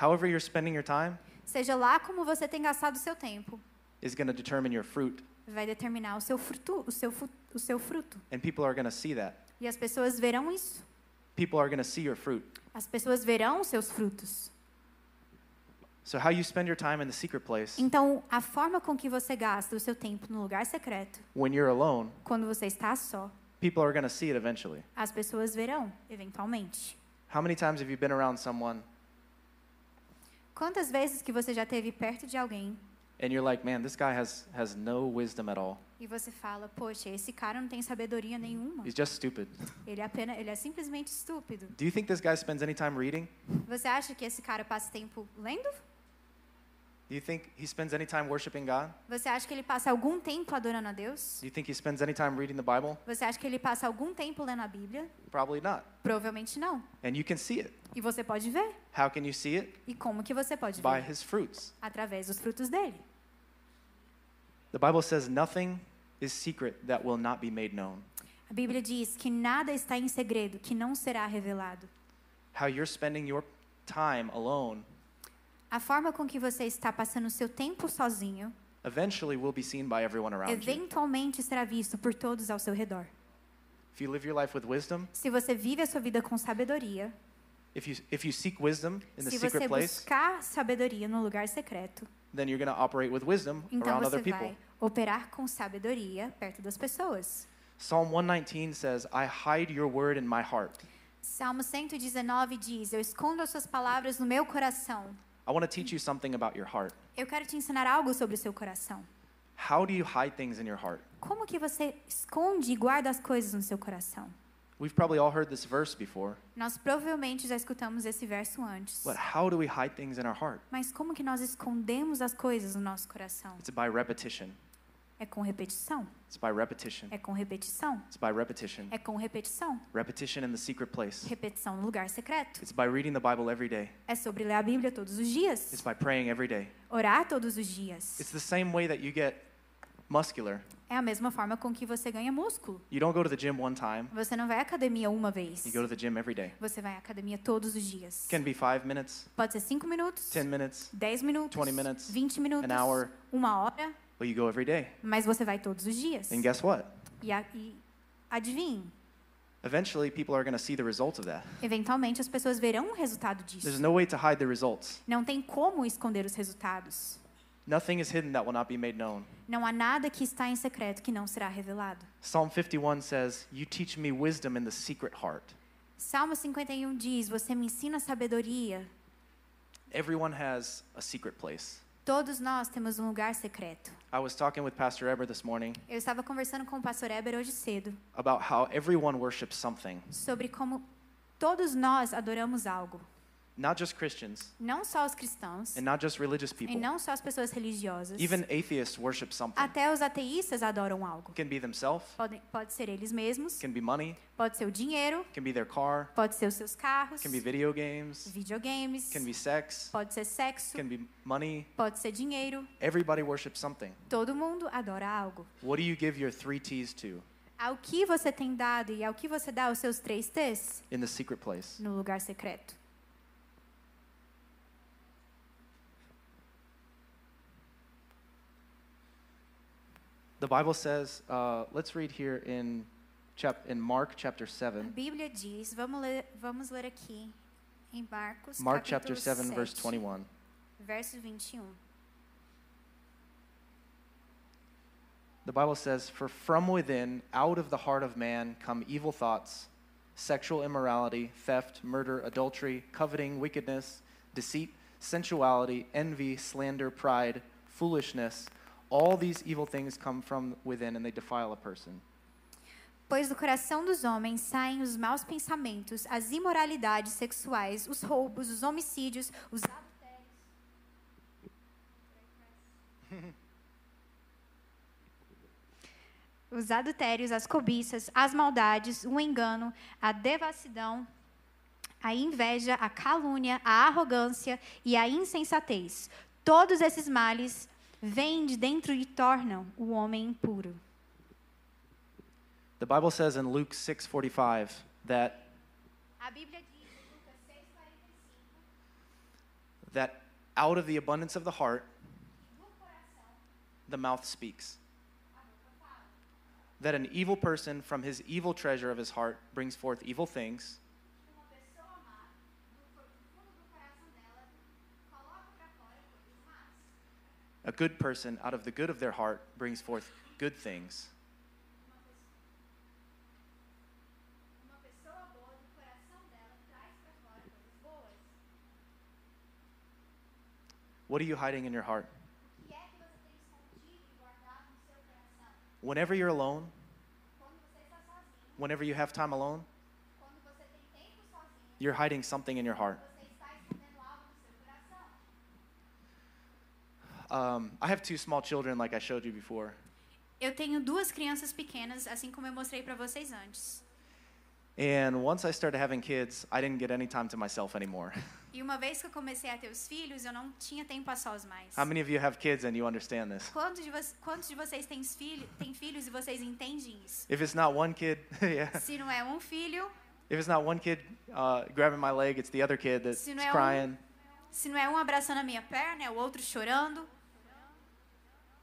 [SPEAKER 2] However, you're spending your time
[SPEAKER 3] Seja lá como você tem gastado seu tempo,
[SPEAKER 2] is going to determine your fruit,
[SPEAKER 3] vai determinar o seu fruto, o seu, fu- o seu fruto.
[SPEAKER 2] and people are going to see that.
[SPEAKER 3] E as pessoas verão isso.
[SPEAKER 2] People are going to see your fruit.
[SPEAKER 3] As pessoas verão os seus frutos.
[SPEAKER 2] So, how you spend your time in the secret place
[SPEAKER 3] Então, a forma com que você gasta o seu tempo no lugar secreto,
[SPEAKER 2] when you're alone,
[SPEAKER 3] quando você está só,
[SPEAKER 2] people are going to see it eventually.
[SPEAKER 3] as pessoas verão, eventualmente.
[SPEAKER 2] How many times have you been around someone
[SPEAKER 3] Quantas vezes que você já esteve perto de alguém
[SPEAKER 2] and you're like, man, this guy has, has no wisdom at all?
[SPEAKER 3] e você fala, poxa, esse cara não tem sabedoria nenhuma.
[SPEAKER 2] He's just stupid.
[SPEAKER 3] Ele é, apenas, ele é simplesmente estúpido.
[SPEAKER 2] Do you think this guy spends any time reading?
[SPEAKER 3] Você acha que esse cara passa tempo lendo?
[SPEAKER 2] Do you think he spends any time worshiping God?
[SPEAKER 3] Você acha que ele passa algum tempo adorando a Deus?
[SPEAKER 2] Do you think he spends any time reading the Bible?
[SPEAKER 3] Você acha que ele passa algum tempo lendo a Bíblia?
[SPEAKER 2] Probably not.
[SPEAKER 3] Provavelmente não.
[SPEAKER 2] And you can see it.
[SPEAKER 3] E você pode ver.
[SPEAKER 2] How can you see it?
[SPEAKER 3] E como que você pode
[SPEAKER 2] By
[SPEAKER 3] ver?
[SPEAKER 2] his fruits.
[SPEAKER 3] Através dos frutos dele.
[SPEAKER 2] The Bible says nothing is secret that will not be made known.
[SPEAKER 3] A Bíblia diz que nada está em segredo que não será revelado.
[SPEAKER 2] How you're spending your time alone
[SPEAKER 3] A A forma com que você está passando o seu tempo sozinho
[SPEAKER 2] eventually will be seen by everyone around you.
[SPEAKER 3] eventualmente será visto por todos ao seu redor.
[SPEAKER 2] If you live your life with wisdom,
[SPEAKER 3] Se você vive a sua vida com sabedoria,
[SPEAKER 2] if you, if you seek wisdom in the
[SPEAKER 3] se
[SPEAKER 2] secret
[SPEAKER 3] você
[SPEAKER 2] place,
[SPEAKER 3] buscar sabedoria no lugar secreto,
[SPEAKER 2] then you're going to operate with wisdom
[SPEAKER 3] então
[SPEAKER 2] around
[SPEAKER 3] você
[SPEAKER 2] other people.
[SPEAKER 3] vai operar com sabedoria perto das pessoas.
[SPEAKER 2] Psalm 119 says, I hide your word in my heart.
[SPEAKER 3] Salmo 119 diz: Eu escondo as suas palavras no meu coração.
[SPEAKER 2] I want to teach you something about your heart.
[SPEAKER 3] Eu quero te ensinar algo sobre o seu coração.
[SPEAKER 2] How do you hide things in your heart?
[SPEAKER 3] Como que você esconde e guarda as coisas no seu coração?
[SPEAKER 2] We've probably all heard this verse before,
[SPEAKER 3] Nós provavelmente já escutamos esse verso antes.
[SPEAKER 2] but how do we hide things in our heart?
[SPEAKER 3] Mas como que nós escondemos as coisas no nosso coração?
[SPEAKER 2] It's by repetition.
[SPEAKER 3] É com repetição.
[SPEAKER 2] It's by repetition.
[SPEAKER 3] É com repetição.
[SPEAKER 2] It's by repetition.
[SPEAKER 3] É com repetição.
[SPEAKER 2] Repetition in the secret place.
[SPEAKER 3] Repetição no lugar secreto.
[SPEAKER 2] It's by reading the Bible every day.
[SPEAKER 3] É sobre ler a Bíblia todos os
[SPEAKER 2] It's
[SPEAKER 3] dias.
[SPEAKER 2] by praying every day.
[SPEAKER 3] Orar todos os dias.
[SPEAKER 2] It's the same way that you get muscular.
[SPEAKER 3] É a mesma forma com que você ganha músculo.
[SPEAKER 2] You don't go to the gym one time,
[SPEAKER 3] Você não vai à academia uma vez.
[SPEAKER 2] you go to the gym every day.
[SPEAKER 3] Você vai à academia todos os dias.
[SPEAKER 2] Can be five minutes,
[SPEAKER 3] Pode ser 5 minutos,
[SPEAKER 2] 10 minutes,
[SPEAKER 3] 10 minutos,
[SPEAKER 2] 20 minutes,
[SPEAKER 3] 20 minutos,
[SPEAKER 2] an hour.
[SPEAKER 3] uma hora,
[SPEAKER 2] but you go every day.
[SPEAKER 3] mas você vai todos os dias.
[SPEAKER 2] And guess what?
[SPEAKER 3] E, a, e adivinhe,
[SPEAKER 2] Eventually, people are going to see the results of that.
[SPEAKER 3] eventualmente as pessoas verão o resultado
[SPEAKER 2] There's
[SPEAKER 3] disso.
[SPEAKER 2] no way to hide the results.
[SPEAKER 3] Não tem como esconder os resultados.
[SPEAKER 2] Nothing is hidden that will not be made known.
[SPEAKER 3] Não há nada que está em secreto que não será revelado.
[SPEAKER 2] Psalm 51 says, You teach me wisdom in the secret heart.
[SPEAKER 3] Salmo 51 diz: Você me ensina sabedoria.
[SPEAKER 2] Everyone has a secret place.
[SPEAKER 3] Todos nós temos um lugar secreto.
[SPEAKER 2] I was talking with Pastor Eber this morning
[SPEAKER 3] Eu estava conversando com o pastor Eber hoje cedo
[SPEAKER 2] about how everyone worships something,
[SPEAKER 3] sobre como todos nós adoramos algo.
[SPEAKER 2] not just Christians
[SPEAKER 3] Não só os cristãos,
[SPEAKER 2] and not just religious
[SPEAKER 3] e
[SPEAKER 2] people.
[SPEAKER 3] não só as pessoas religiosas.
[SPEAKER 2] Even atheists worship something.
[SPEAKER 3] Até os ateístas adoram algo.
[SPEAKER 2] Can be themselves,
[SPEAKER 3] Podem, pode ser eles mesmos,
[SPEAKER 2] can be money,
[SPEAKER 3] pode ser o dinheiro,
[SPEAKER 2] can be their car,
[SPEAKER 3] pode ser os seus carros,
[SPEAKER 2] can be video games,
[SPEAKER 3] videogames,
[SPEAKER 2] can be sex,
[SPEAKER 3] pode ser sexo,
[SPEAKER 2] can be money.
[SPEAKER 3] pode ser dinheiro.
[SPEAKER 2] Everybody worships something.
[SPEAKER 3] Todo mundo adora algo.
[SPEAKER 2] What do you give your three T's to
[SPEAKER 3] Ao que você tem dado e ao que você dá os seus três T's
[SPEAKER 2] in the secret place?
[SPEAKER 3] no lugar secreto.
[SPEAKER 2] The Bible says, uh, let's read here in, chap- in Mark chapter
[SPEAKER 3] A
[SPEAKER 2] 7.
[SPEAKER 3] Bíblia diz, vamos ler, vamos ler aqui em Marcos,
[SPEAKER 2] Mark chapter
[SPEAKER 3] capítulo
[SPEAKER 2] 7, verse
[SPEAKER 3] 7,
[SPEAKER 2] 21.
[SPEAKER 3] verso 21.
[SPEAKER 2] The Bible says, For from within, out of the heart of man, come evil thoughts, sexual immorality, theft, murder, adultery, coveting, wickedness, deceit, sensuality, envy, slander, pride, foolishness. All these evil things come from within and they defile a person.
[SPEAKER 3] Pois do coração dos homens saem os maus pensamentos, as imoralidades sexuais, os roubos, os homicídios, os adultérios. Os adultérios, as cobiças, as maldades, o engano, a devassidão, a inveja, a calúnia, a arrogância e a insensatez. Todos esses males vêm de dentro e tornam o homem impuro.
[SPEAKER 2] The Bible says in Luke 6:45 that
[SPEAKER 3] A Bíblia diz em Lucas 6,45
[SPEAKER 2] that out of the abundance of the heart the mouth speaks. That an evil person from his evil treasure of his heart brings forth evil things.
[SPEAKER 3] que uma pessoa má, do cor- do fundo do coração dela, coloca para fora coisas más.
[SPEAKER 2] A good person out of the good of their heart brings forth good things.
[SPEAKER 3] Uma pessoa boa, do coração dela, traz para fora coisas boas.
[SPEAKER 2] What are you hiding in your heart?
[SPEAKER 3] O que é que você tem escondido e guardado no seu coração?
[SPEAKER 2] Whenever you're alone,
[SPEAKER 3] Quando você está sozinho,
[SPEAKER 2] whenever you have time alone,
[SPEAKER 3] quando você tem tempo sozinho,
[SPEAKER 2] you're hiding something in your heart.
[SPEAKER 3] você está escondendo algo no seu coração.
[SPEAKER 2] Um, I have two small children, like I showed you before.
[SPEAKER 3] Eu tenho duas crianças pequenas, assim como eu mostrei para vocês antes.
[SPEAKER 2] And once I started having kids, I didn't get any time to myself anymore.
[SPEAKER 3] E uma vez que eu comecei a ter os filhos, eu não tinha tempo a sós mais.
[SPEAKER 2] How many of you have kids and you understand this?
[SPEAKER 3] Quantos de, voc- quantos de vocês têm, os filho- têm filhos e vocês entendem isso?
[SPEAKER 2] If it's not one kid, yeah.
[SPEAKER 3] Se não é um filho,
[SPEAKER 2] If it's not one kid uh, grabbing my leg, it's the other kid that's
[SPEAKER 3] Se não é um-
[SPEAKER 2] crying.
[SPEAKER 3] Se não é um abraçando a minha perna, é o outro chorando.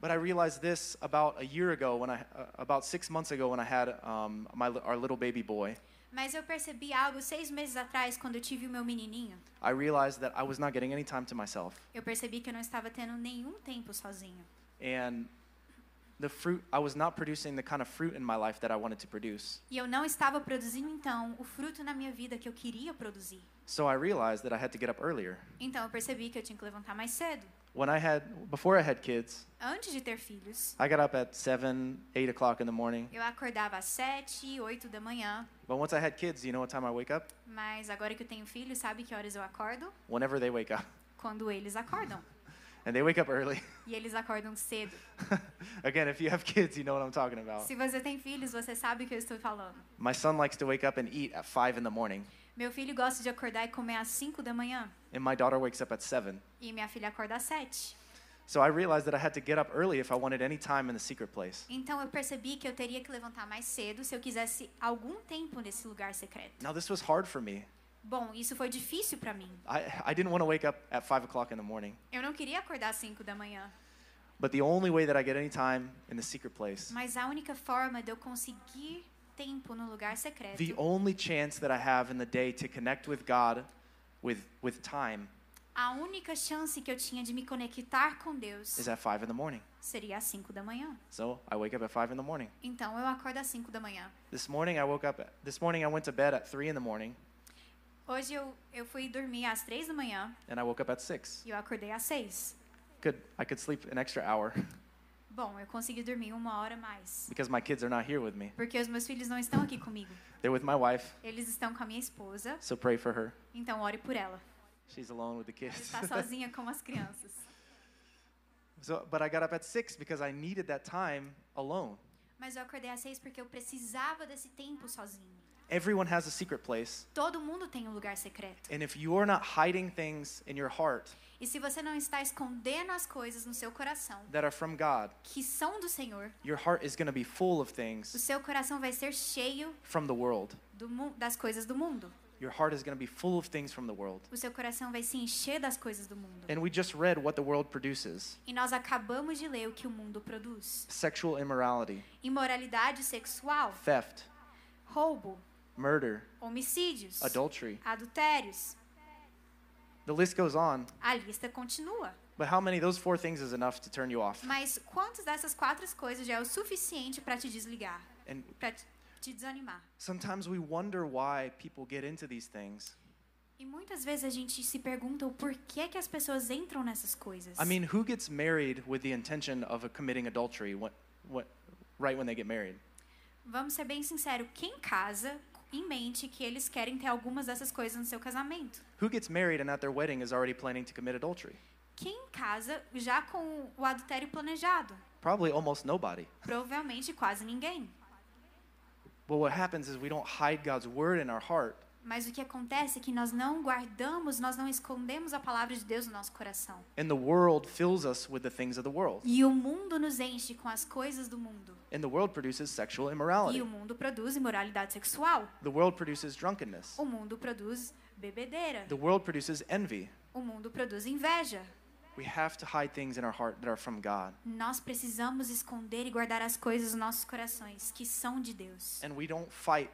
[SPEAKER 2] But I realized this about a year ago, when I, uh, about six months ago, when I had um, my, li- our little baby boy.
[SPEAKER 3] Mas eu percebi algo seis meses atrás, quando eu tive o meu menininho.
[SPEAKER 2] I realized that I was not getting any time to myself.
[SPEAKER 3] Eu percebi que eu não estava tendo nenhum tempo sozinho.
[SPEAKER 2] And the fruit, I was not producing the kind of fruit in my life that I wanted to produce.
[SPEAKER 3] E eu não estava produzindo, então, o fruto na minha vida que eu queria produzir.
[SPEAKER 2] So I realized that I had to get up earlier.
[SPEAKER 3] Então eu percebi que eu tinha que levantar mais cedo.
[SPEAKER 2] When I had, before I had kids,
[SPEAKER 3] Antes de ter filhos,
[SPEAKER 2] I got up at 7, 8 o'clock in the morning.
[SPEAKER 3] eu acordava às sete, oito da manhã.
[SPEAKER 2] But once I had kids, do you know what time I wake up?
[SPEAKER 3] Mas agora que eu tenho filhos, sabe que horas eu acordo?
[SPEAKER 2] Whenever they wake up.
[SPEAKER 3] Quando eles acordam.
[SPEAKER 2] And they wake up early.
[SPEAKER 3] E eles acordam cedo.
[SPEAKER 2] Again, if you have kids, you know what I'm talking about.
[SPEAKER 3] Se você tem filhos, você sabe o que eu estou falando.
[SPEAKER 2] My son likes to wake up and eat at 5 in the morning.
[SPEAKER 3] Meu filho gosta de acordar e comer às cinco da manhã.
[SPEAKER 2] And my daughter wakes up at 7.
[SPEAKER 3] E minha filha acorda às sete.
[SPEAKER 2] So I realized that I had to get up early if I wanted any time in the secret place.
[SPEAKER 3] Então eu percebi que eu teria que levantar mais cedo se eu quisesse algum tempo nesse lugar secreto.
[SPEAKER 2] Now, this was hard for me.
[SPEAKER 3] Bom, isso foi difícil para mim.
[SPEAKER 2] I, I didn't want to wake up at 5 o'clock in the morning.
[SPEAKER 3] Eu não queria acordar às 5 da manhã,
[SPEAKER 2] But the only way that I get any time in the secret place,
[SPEAKER 3] mas a única forma de eu conseguir tempo no lugar secreto,
[SPEAKER 2] the only chance that I have in the day to connect with God with, with time
[SPEAKER 3] a única chance que eu tinha de me conectar com Deus
[SPEAKER 2] is at 5 in the morning.
[SPEAKER 3] seria às 5 da manhã.
[SPEAKER 2] So I wake up at 5 in the morning.
[SPEAKER 3] Então eu acordo às 5 da manhã.
[SPEAKER 2] This morning I woke up, at, this morning I went to bed at 3 in the morning
[SPEAKER 3] Hoje eu, eu fui dormir às 3 da manhã
[SPEAKER 2] and I woke up at 6.
[SPEAKER 3] e eu acordei às 6.
[SPEAKER 2] Good, I could sleep an extra hour
[SPEAKER 3] Bom, eu consegui dormir uma hora a mais,
[SPEAKER 2] because my kids are not here with me.
[SPEAKER 3] porque os meus filhos não estão aqui comigo.
[SPEAKER 2] They're with my wife,
[SPEAKER 3] Eles estão com a minha esposa,
[SPEAKER 2] so pray for her.
[SPEAKER 3] então ore por ela.
[SPEAKER 2] She's alone with the
[SPEAKER 3] Ela
[SPEAKER 2] kids.
[SPEAKER 3] está sozinha com as crianças.
[SPEAKER 2] so, but I got up at 6 because I needed that time alone.
[SPEAKER 3] Mas eu acordei às 6 porque eu precisava desse tempo sozinho.
[SPEAKER 2] Everyone has a secret place,
[SPEAKER 3] Todo mundo tem um lugar secreto.
[SPEAKER 2] and if you're not hiding things in your heart
[SPEAKER 3] E se você não está escondendo as coisas no seu coração,
[SPEAKER 2] that are from God,
[SPEAKER 3] que são do Senhor,
[SPEAKER 2] your heart is going to be full of
[SPEAKER 3] o
[SPEAKER 2] things
[SPEAKER 3] seu coração vai ser cheio
[SPEAKER 2] from the world.
[SPEAKER 3] do mu- das coisas do mundo.
[SPEAKER 2] Your heart is going to be full of things from the world.
[SPEAKER 3] O seu coração vai se encher das coisas do mundo.
[SPEAKER 2] And we just read what the world produces
[SPEAKER 3] E nós acabamos de ler o que o mundo produz:
[SPEAKER 2] sexual immorality,
[SPEAKER 3] imoralidade sexual,
[SPEAKER 2] theft,
[SPEAKER 3] roubo,
[SPEAKER 2] murder,
[SPEAKER 3] homicídios,
[SPEAKER 2] adultery.
[SPEAKER 3] adultérios.
[SPEAKER 2] The list goes on.
[SPEAKER 3] A lista continua.
[SPEAKER 2] But how many of those four things is enough to turn you off?
[SPEAKER 3] Mas quantas dessas quatro coisas já é o suficiente para te desligar,
[SPEAKER 2] And
[SPEAKER 3] para te desanimar?
[SPEAKER 2] sometimes we wonder why people get into these things.
[SPEAKER 3] E muitas vezes a gente se pergunta o porquê que as pessoas entram nessas coisas.
[SPEAKER 2] I mean, who gets married with the intention of committing adultery when, what, right when they get married?
[SPEAKER 3] Vamos ser bem sinceros, quem casa em mente que eles querem ter algumas dessas coisas no seu casamento?
[SPEAKER 2] Who gets married and at their wedding is already planning to commit adultery?
[SPEAKER 3] Quem casa já com o adultério planejado?
[SPEAKER 2] Probably almost nobody.
[SPEAKER 3] Provavelmente quase ninguém.
[SPEAKER 2] But what happens is we don't hide God's word in our heart,
[SPEAKER 3] Mas o que acontece é que nós não guardamos, nós não escondemos a palavra de Deus no nosso coração.
[SPEAKER 2] and the world fills us with the things of the world.
[SPEAKER 3] E o mundo nos enche com as coisas do mundo.
[SPEAKER 2] And the world produces sexual
[SPEAKER 3] E
[SPEAKER 2] immorality.
[SPEAKER 3] o mundo produz imoralidade sexual.
[SPEAKER 2] The world produces drunkenness.
[SPEAKER 3] O mundo produz bebedeira.
[SPEAKER 2] The world produces envy.
[SPEAKER 3] O mundo produz inveja.
[SPEAKER 2] We have to hide things in our heart that are from God.
[SPEAKER 3] Nós precisamos esconder e guardar as coisas nos nossos corações, que são de Deus.
[SPEAKER 2] And we don't fight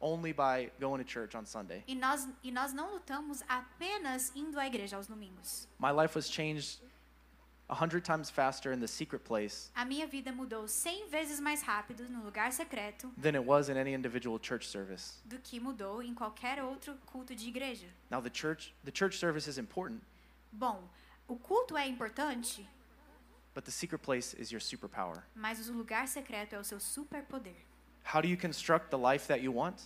[SPEAKER 2] only by going to church on Sunday.
[SPEAKER 3] E nós, e nós não lutamos apenas indo à igreja aos domingos.
[SPEAKER 2] My life was changed a hundred times faster in the secret place
[SPEAKER 3] A minha vida mudou 100 vezes mais rápido no lugar secreto
[SPEAKER 2] than it was in any individual church service.
[SPEAKER 3] do que mudou em qualquer outro culto de igreja.
[SPEAKER 2] Now the church the church service is important,
[SPEAKER 3] Bom, o culto é importante,
[SPEAKER 2] but the secret place is your superpower.
[SPEAKER 3] mas o lugar secreto é o seu superpoder.
[SPEAKER 2] How do you construct the life that you want?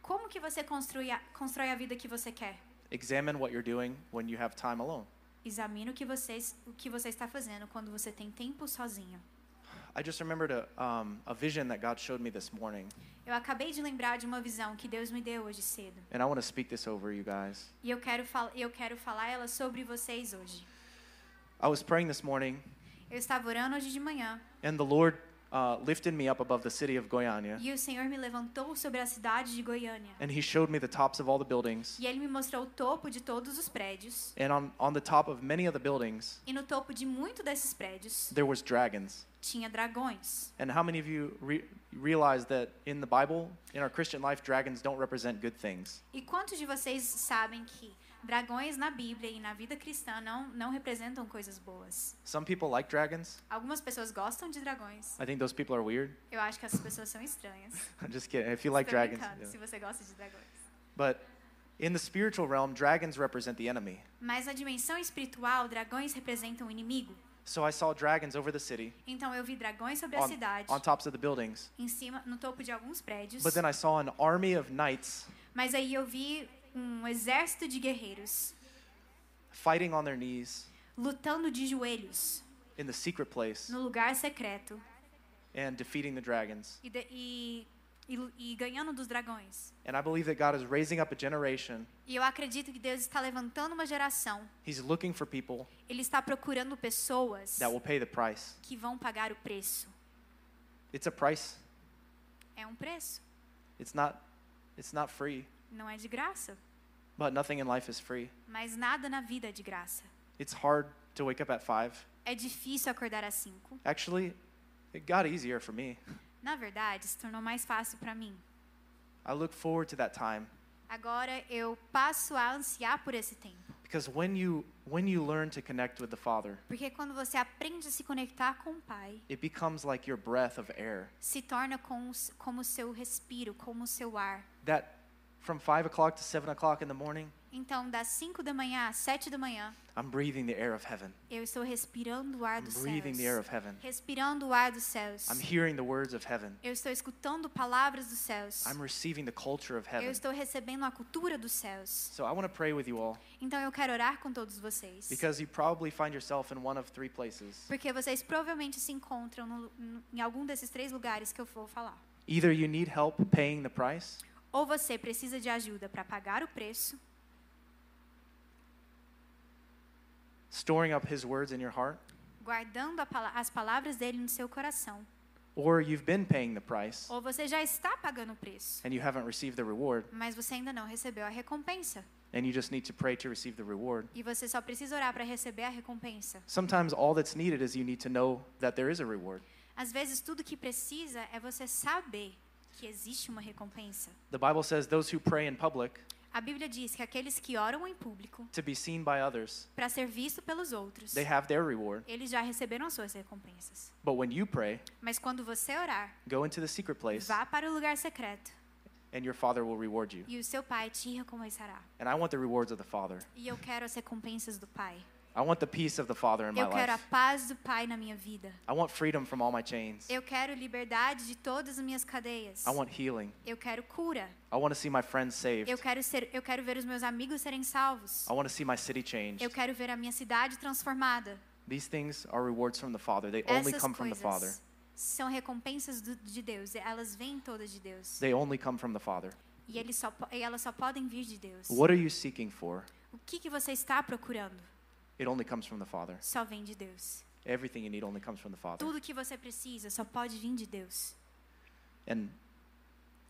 [SPEAKER 3] Como que você construi a, constrói a vida que você quer?
[SPEAKER 2] Examine what you're doing when you have time alone.
[SPEAKER 3] Examine o que, vocês, o que você está fazendo quando você tem tempo sozinho.
[SPEAKER 2] I just remembered a, um, a vision that God showed me this morning,
[SPEAKER 3] Eu acabei de lembrar de uma visão que Deus me deu hoje cedo.
[SPEAKER 2] and I want to speak this over you guys.
[SPEAKER 3] E eu quero, fal eu quero falar ela sobre vocês hoje.
[SPEAKER 2] I was praying this morning,
[SPEAKER 3] Eu estava orando hoje de manhã
[SPEAKER 2] and the Lord uh, lifted me up above the city of Goiânia,
[SPEAKER 3] E o Senhor me levantou sobre a cidade de Goiânia.
[SPEAKER 2] and he showed me the tops of all the buildings.
[SPEAKER 3] E ele me mostrou o topo de todos os prédios.
[SPEAKER 2] And on, on the top of many of the buildings,
[SPEAKER 3] E no topo de muito desses prédios
[SPEAKER 2] there was dragons.
[SPEAKER 3] tinha dragões.
[SPEAKER 2] And how many of you re- realize that in the Bible, in our Christian life, dragons don't represent good things?
[SPEAKER 3] E quantos de vocês sabem que dragões na Bíblia e na vida cristã não, não representam coisas boas?
[SPEAKER 2] Some people like dragons.
[SPEAKER 3] Algumas pessoas gostam de dragões.
[SPEAKER 2] I think those people are weird.
[SPEAKER 3] Eu acho que essas pessoas são estranhas.
[SPEAKER 2] I'm just kidding. If you like
[SPEAKER 3] Tô
[SPEAKER 2] dragons,
[SPEAKER 3] brincando,
[SPEAKER 2] yeah.
[SPEAKER 3] se você gosta de dragões.
[SPEAKER 2] but in the spiritual realm, dragons represent the enemy.
[SPEAKER 3] Mas na dimensão espiritual, dragões representam o inimigo.
[SPEAKER 2] So I saw dragons over the city,
[SPEAKER 3] Então eu vi dragões sobre a
[SPEAKER 2] on,
[SPEAKER 3] cidade,
[SPEAKER 2] on tops of the buildings.
[SPEAKER 3] em cima, no topo de alguns prédios.
[SPEAKER 2] But then I saw an army of knights
[SPEAKER 3] Mas aí eu vi um exército de guerreiros
[SPEAKER 2] fighting on their knees
[SPEAKER 3] lutando de joelhos
[SPEAKER 2] in the secret place
[SPEAKER 3] no lugar secreto
[SPEAKER 2] and defeating the dragons.
[SPEAKER 3] e, de- e- e- e ganhando dos dragões.
[SPEAKER 2] And I believe that God is raising up a generation.
[SPEAKER 3] E eu acredito que Deus está levantando uma geração.
[SPEAKER 2] He's looking for people
[SPEAKER 3] Ele está procurando pessoas
[SPEAKER 2] that will pay the price.
[SPEAKER 3] que vão pagar o preço.
[SPEAKER 2] It's a price.
[SPEAKER 3] É um preço,
[SPEAKER 2] It's not it's not free,
[SPEAKER 3] não é de graça.
[SPEAKER 2] but nothing in life is free.
[SPEAKER 3] Mas nada na vida é de graça.
[SPEAKER 2] It's hard to wake up at 5.
[SPEAKER 3] É difícil acordar às cinco.
[SPEAKER 2] Actually, it got easier for me.
[SPEAKER 3] Na verdade, se tornou mais fácil para mim.
[SPEAKER 2] I look forward to that time
[SPEAKER 3] Agora eu passo a ansiar por esse tempo.
[SPEAKER 2] because when you when you learn to connect with the Father,
[SPEAKER 3] Porque quando você aprende a se conectar com o Pai,
[SPEAKER 2] it becomes like your breath of air.
[SPEAKER 3] se torna com, os- como o seu respiro, como o seu ar.
[SPEAKER 2] That from five o'clock to seven o'clock in the morning,
[SPEAKER 3] Então, das 5 da manhã às 7 da manhã,
[SPEAKER 2] I'm breathing the air of heaven.
[SPEAKER 3] eu estou respirando o ar
[SPEAKER 2] I'm
[SPEAKER 3] dos
[SPEAKER 2] breathing the air
[SPEAKER 3] céus.
[SPEAKER 2] of heaven.
[SPEAKER 3] Respirando o ar dos céus.
[SPEAKER 2] I'm hearing the words of heaven.
[SPEAKER 3] Eu estou escutando palavras dos céus.
[SPEAKER 2] I'm receiving the culture of
[SPEAKER 3] Eu
[SPEAKER 2] heaven.
[SPEAKER 3] estou recebendo a cultura dos céus.
[SPEAKER 2] So I want to pray with you all
[SPEAKER 3] Então, eu quero orar com todos vocês.
[SPEAKER 2] because you probably find yourself in one of three places.
[SPEAKER 3] Porque vocês provavelmente se encontram no- no- em algum desses três lugares que eu vou falar.
[SPEAKER 2] Either you need help paying the price,
[SPEAKER 3] Ou você precisa de ajuda para pagar o preço,
[SPEAKER 2] storing up his words in your heart,
[SPEAKER 3] guardando a pala- as palavras dele no seu coração.
[SPEAKER 2] or you've been paying the price
[SPEAKER 3] Ou você já está pagando o preço,
[SPEAKER 2] and you haven't received the reward
[SPEAKER 3] mas você ainda não recebeu a recompensa.
[SPEAKER 2] and you just need to pray to receive the reward.
[SPEAKER 3] E você só precisa orar para receber a recompensa.
[SPEAKER 2] Sometimes all that's needed is you need to know that there is a reward.
[SPEAKER 3] Às vezes, tudo que precisa é você saber que existe uma recompensa.
[SPEAKER 2] The Bible says those who pray in public
[SPEAKER 3] A Bíblia diz que aqueles que oram em público
[SPEAKER 2] to be seen by others,
[SPEAKER 3] para ser visto pelos outros,
[SPEAKER 2] they have their reward.
[SPEAKER 3] eles já receberam as suas recompensas.
[SPEAKER 2] But when you pray,
[SPEAKER 3] Mas quando você orar,
[SPEAKER 2] go into the secret place
[SPEAKER 3] Vá para o lugar secreto
[SPEAKER 2] and your Father will reward you.
[SPEAKER 3] e o seu pai te recompensará.
[SPEAKER 2] And I want the rewards of the Father.
[SPEAKER 3] E eu quero as recompensas do pai.
[SPEAKER 2] I want the peace of the Father in my
[SPEAKER 3] Eu quero a
[SPEAKER 2] life.
[SPEAKER 3] paz do pai na minha vida.
[SPEAKER 2] I want freedom from all my chains.
[SPEAKER 3] Eu quero liberdade de todas as minhas cadeias.
[SPEAKER 2] I want healing.
[SPEAKER 3] Eu quero cura.
[SPEAKER 2] I want to see my friends saved.
[SPEAKER 3] Eu quero ser, eu quero ver os meus amigos serem salvos.
[SPEAKER 2] I want to see my city changed.
[SPEAKER 3] Eu quero ver a minha cidade transformada.
[SPEAKER 2] These things are rewards from the Father. They only
[SPEAKER 3] Essas
[SPEAKER 2] come from the Father.
[SPEAKER 3] coisas são recompensas do- de Deus. Elas vêm todas de Deus.
[SPEAKER 2] They only come from the Father.
[SPEAKER 3] E, ele só po- e elas só podem vir de Deus.
[SPEAKER 2] What are you seeking for?
[SPEAKER 3] O que, que você está procurando
[SPEAKER 2] It only comes from the Father.
[SPEAKER 3] só vem de Deus.
[SPEAKER 2] Everything you need only comes from the Father.
[SPEAKER 3] Tudo que você precisa só pode vir de Deus.
[SPEAKER 2] And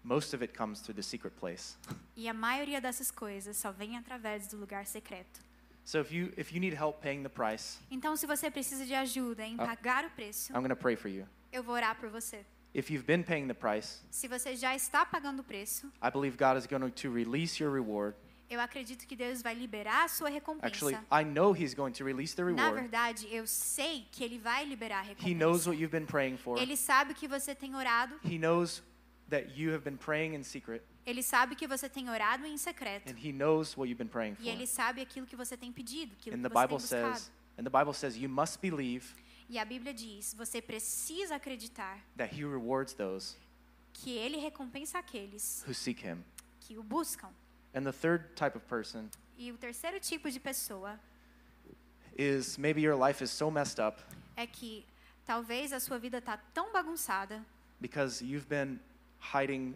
[SPEAKER 2] most of it comes through the secret place.
[SPEAKER 3] E a maioria dessas coisas só vem através do lugar secreto.
[SPEAKER 2] So if you if you need help paying the price,
[SPEAKER 3] Então, se você precisa de ajuda em
[SPEAKER 2] Ah.
[SPEAKER 3] pagar o preço,
[SPEAKER 2] I'm going to pray for you.
[SPEAKER 3] eu vou orar por você.
[SPEAKER 2] If you've been paying the price,
[SPEAKER 3] Se você já está pagando o preço,
[SPEAKER 2] I believe God is going to release your reward.
[SPEAKER 3] eu acredito que Deus vai liberar a sua recompensa.
[SPEAKER 2] Actually, I know he's going to release the
[SPEAKER 3] Na
[SPEAKER 2] reward.
[SPEAKER 3] verdade, eu sei que Ele vai liberar a
[SPEAKER 2] He knows
[SPEAKER 3] recompensa.
[SPEAKER 2] what you've been praying for.
[SPEAKER 3] Ele sabe que você tem orado,
[SPEAKER 2] He knows that you have been praying in secret,
[SPEAKER 3] Ele sabe que você tem orado em secreto.
[SPEAKER 2] and he knows what you've been praying for.
[SPEAKER 3] E Ele sabe aquilo que você tem pedido, aquilo
[SPEAKER 2] And
[SPEAKER 3] que
[SPEAKER 2] the
[SPEAKER 3] você tem
[SPEAKER 2] Bible
[SPEAKER 3] buscado.
[SPEAKER 2] says, and the Bible says you must believe
[SPEAKER 3] E a Bíblia diz, você precisa acreditar
[SPEAKER 2] that he rewards those
[SPEAKER 3] que Ele recompensa aqueles
[SPEAKER 2] who seek him.
[SPEAKER 3] que o buscam.
[SPEAKER 2] And the third type of person
[SPEAKER 3] E o terceiro tipo de pessoa
[SPEAKER 2] is maybe your life is so messed up
[SPEAKER 3] é que talvez a sua vida tá tão bagunçada
[SPEAKER 2] because you've been hiding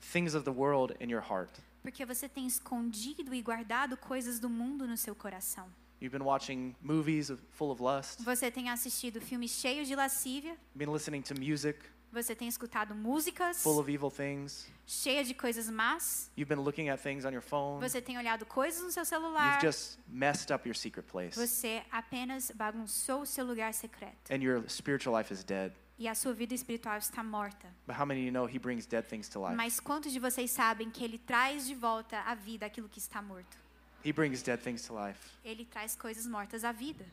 [SPEAKER 2] things of the world in your heart.
[SPEAKER 3] porque você tem escondido e guardado coisas do mundo no seu coração.
[SPEAKER 2] You've been watching movies of, full of lust,
[SPEAKER 3] Você tem assistido filmes cheios de lascívia,
[SPEAKER 2] been listening to music
[SPEAKER 3] você tem escutado músicas
[SPEAKER 2] full of evil things.
[SPEAKER 3] cheia de coisas más,
[SPEAKER 2] You've been looking at things on your phone.
[SPEAKER 3] você tem olhado coisas no seu celular,
[SPEAKER 2] You've just messed up your secret place.
[SPEAKER 3] você apenas bagunçou o seu lugar secreto
[SPEAKER 2] And your spiritual life is dead.
[SPEAKER 3] e a sua vida espiritual está morta.
[SPEAKER 2] But how many of you know he brings dead things to life?
[SPEAKER 3] Mas quantos de vocês sabem que ele traz de volta à vida aquilo que está morto?
[SPEAKER 2] He brings dead things to life.
[SPEAKER 3] Ele traz coisas mortas à vida.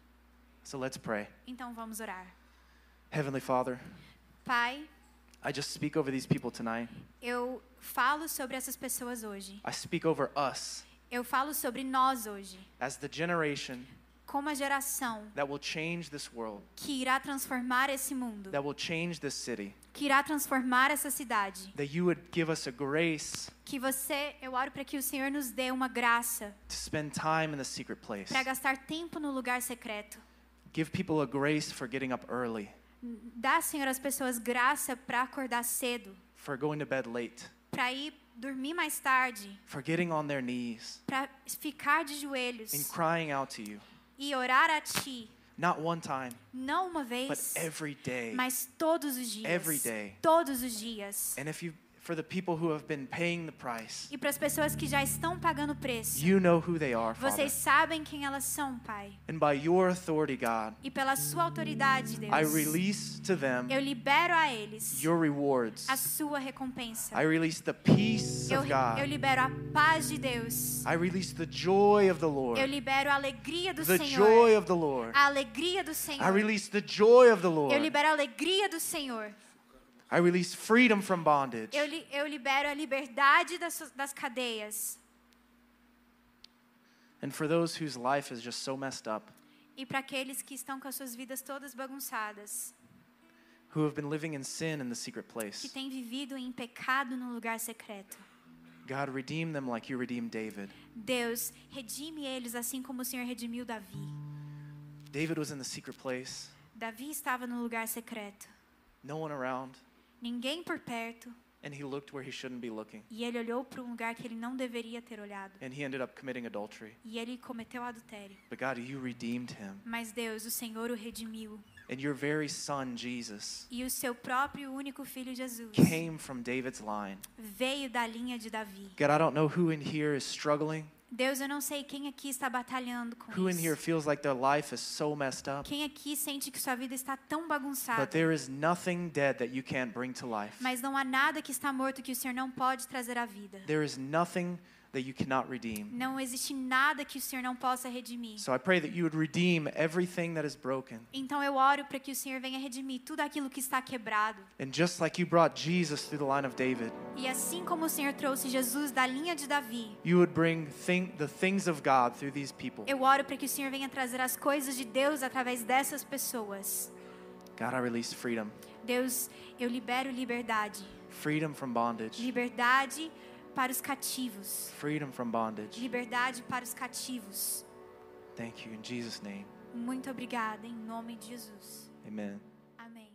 [SPEAKER 2] So let's pray.
[SPEAKER 3] Então vamos orar.
[SPEAKER 2] Heavenly Father,
[SPEAKER 3] Pai,
[SPEAKER 2] I just speak over these people tonight.
[SPEAKER 3] eu falo sobre essas pessoas hoje.
[SPEAKER 2] I speak over us
[SPEAKER 3] Eu falo sobre nós hoje,
[SPEAKER 2] as the generation
[SPEAKER 3] como a geração
[SPEAKER 2] that will change this world,
[SPEAKER 3] que irá transformar esse mundo,
[SPEAKER 2] that will change this city.
[SPEAKER 3] que irá transformar essa cidade.
[SPEAKER 2] That you would give us a grace
[SPEAKER 3] Que você, eu oro para que o Senhor nos dê uma graça
[SPEAKER 2] to spend time in the secret place.
[SPEAKER 3] para gastar tempo no lugar secreto.
[SPEAKER 2] Give people a grace for getting up early,
[SPEAKER 3] Dá, Senhor, às pessoas graça para acordar cedo,
[SPEAKER 2] for going to bed late,
[SPEAKER 3] para ir dormir mais tarde,
[SPEAKER 2] for getting on their knees
[SPEAKER 3] para ficar de joelhos
[SPEAKER 2] and crying out to you,
[SPEAKER 3] e orar a Ti,
[SPEAKER 2] not one time,
[SPEAKER 3] não uma
[SPEAKER 2] but
[SPEAKER 3] vez,
[SPEAKER 2] every day.
[SPEAKER 3] mas todos os dias.
[SPEAKER 2] Every day.
[SPEAKER 3] Todos os dias.
[SPEAKER 2] And if you, for the people who have been paying the price,
[SPEAKER 3] E para as pessoas que já estão pagando preço,
[SPEAKER 2] you know who they are, Father.
[SPEAKER 3] vocês sabem quem elas são, Pai.
[SPEAKER 2] And by your authority, God,
[SPEAKER 3] E pela sua autoridade, Deus,
[SPEAKER 2] I release to them
[SPEAKER 3] eu libero a eles
[SPEAKER 2] your rewards.
[SPEAKER 3] a sua recompensa.
[SPEAKER 2] I release the peace
[SPEAKER 3] Eu,
[SPEAKER 2] of God.
[SPEAKER 3] eu libero a paz de Deus.
[SPEAKER 2] I release the joy of the
[SPEAKER 3] Eu
[SPEAKER 2] Lord.
[SPEAKER 3] libero a alegria do
[SPEAKER 2] The
[SPEAKER 3] Senhor.
[SPEAKER 2] joy of the Lord.
[SPEAKER 3] A alegria do Senhor.
[SPEAKER 2] I release the joy of the
[SPEAKER 3] Eu
[SPEAKER 2] Lord.
[SPEAKER 3] libero a alegria do Senhor.
[SPEAKER 2] I release freedom from bondage.
[SPEAKER 3] Eu, li, eu libero a liberdade das, suas- das cadeias.
[SPEAKER 2] And for those whose life is just so messed up,
[SPEAKER 3] E para aqueles que estão com as suas vidas todas bagunçadas,
[SPEAKER 2] who have been living in sin in the secret
[SPEAKER 3] que
[SPEAKER 2] place,
[SPEAKER 3] têm vivido em pecado no lugar secreto.
[SPEAKER 2] God, redeem them like you redeemed David.
[SPEAKER 3] Deus, redime eles assim como o Senhor redimiu Davi.
[SPEAKER 2] David was in the secret place,
[SPEAKER 3] Davi estava no lugar secreto,
[SPEAKER 2] no one around,
[SPEAKER 3] ninguém por perto,
[SPEAKER 2] and he looked where he shouldn't be looking.
[SPEAKER 3] e ele olhou para um lugar que ele não deveria ter olhado.
[SPEAKER 2] And he ended up committing adultery.
[SPEAKER 3] E ele cometeu adultério.
[SPEAKER 2] But God, you redeemed him.
[SPEAKER 3] Mas Deus, o Senhor o redimiu.
[SPEAKER 2] And your very son, Jesus,
[SPEAKER 3] E o seu próprio único filho Jesus
[SPEAKER 2] came from David's line.
[SPEAKER 3] veio da linha de Davi.
[SPEAKER 2] God, I don't know who in here is struggling,
[SPEAKER 3] Deus, eu não sei quem aqui está batalhando com
[SPEAKER 2] who in here
[SPEAKER 3] isso.
[SPEAKER 2] feels like their life is so messed up,
[SPEAKER 3] Quem aqui sente que sua vida está tão
[SPEAKER 2] but
[SPEAKER 3] bagunçada.
[SPEAKER 2] there is nothing dead that you can't bring to life.
[SPEAKER 3] Mas não há nada que está morto que o Senhor não pode trazer à vida.
[SPEAKER 2] There is nothing that you cannot redeem.
[SPEAKER 3] Não existe nada que o Senhor não possa redimir.
[SPEAKER 2] So I pray that you would redeem everything that is broken.
[SPEAKER 3] Então eu oro para que o Senhor venha redimir tudo aquilo que está quebrado.
[SPEAKER 2] And just like you brought Jesus through the line of David,
[SPEAKER 3] E assim como o Senhor trouxe Jesus da linha de Davi,
[SPEAKER 2] you would bring thing, the things of God through these people.
[SPEAKER 3] eu oro para que o Senhor venha trazer as coisas de Deus através dessas pessoas.
[SPEAKER 2] God, I release freedom
[SPEAKER 3] Deus, eu libero liberdade.
[SPEAKER 2] freedom from bondage,
[SPEAKER 3] Liberdade para os cativos.
[SPEAKER 2] freedom from bondage.
[SPEAKER 3] Liberdade para os cativos.
[SPEAKER 2] Thank you. In Jesus' name,
[SPEAKER 3] Muito obrigada, em nome de Jesus.
[SPEAKER 2] amen.
[SPEAKER 3] Amém.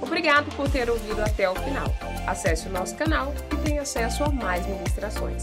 [SPEAKER 1] Obrigado por ter ouvido até o final. Acesse o nosso canal e tenha acesso a mais ministrações.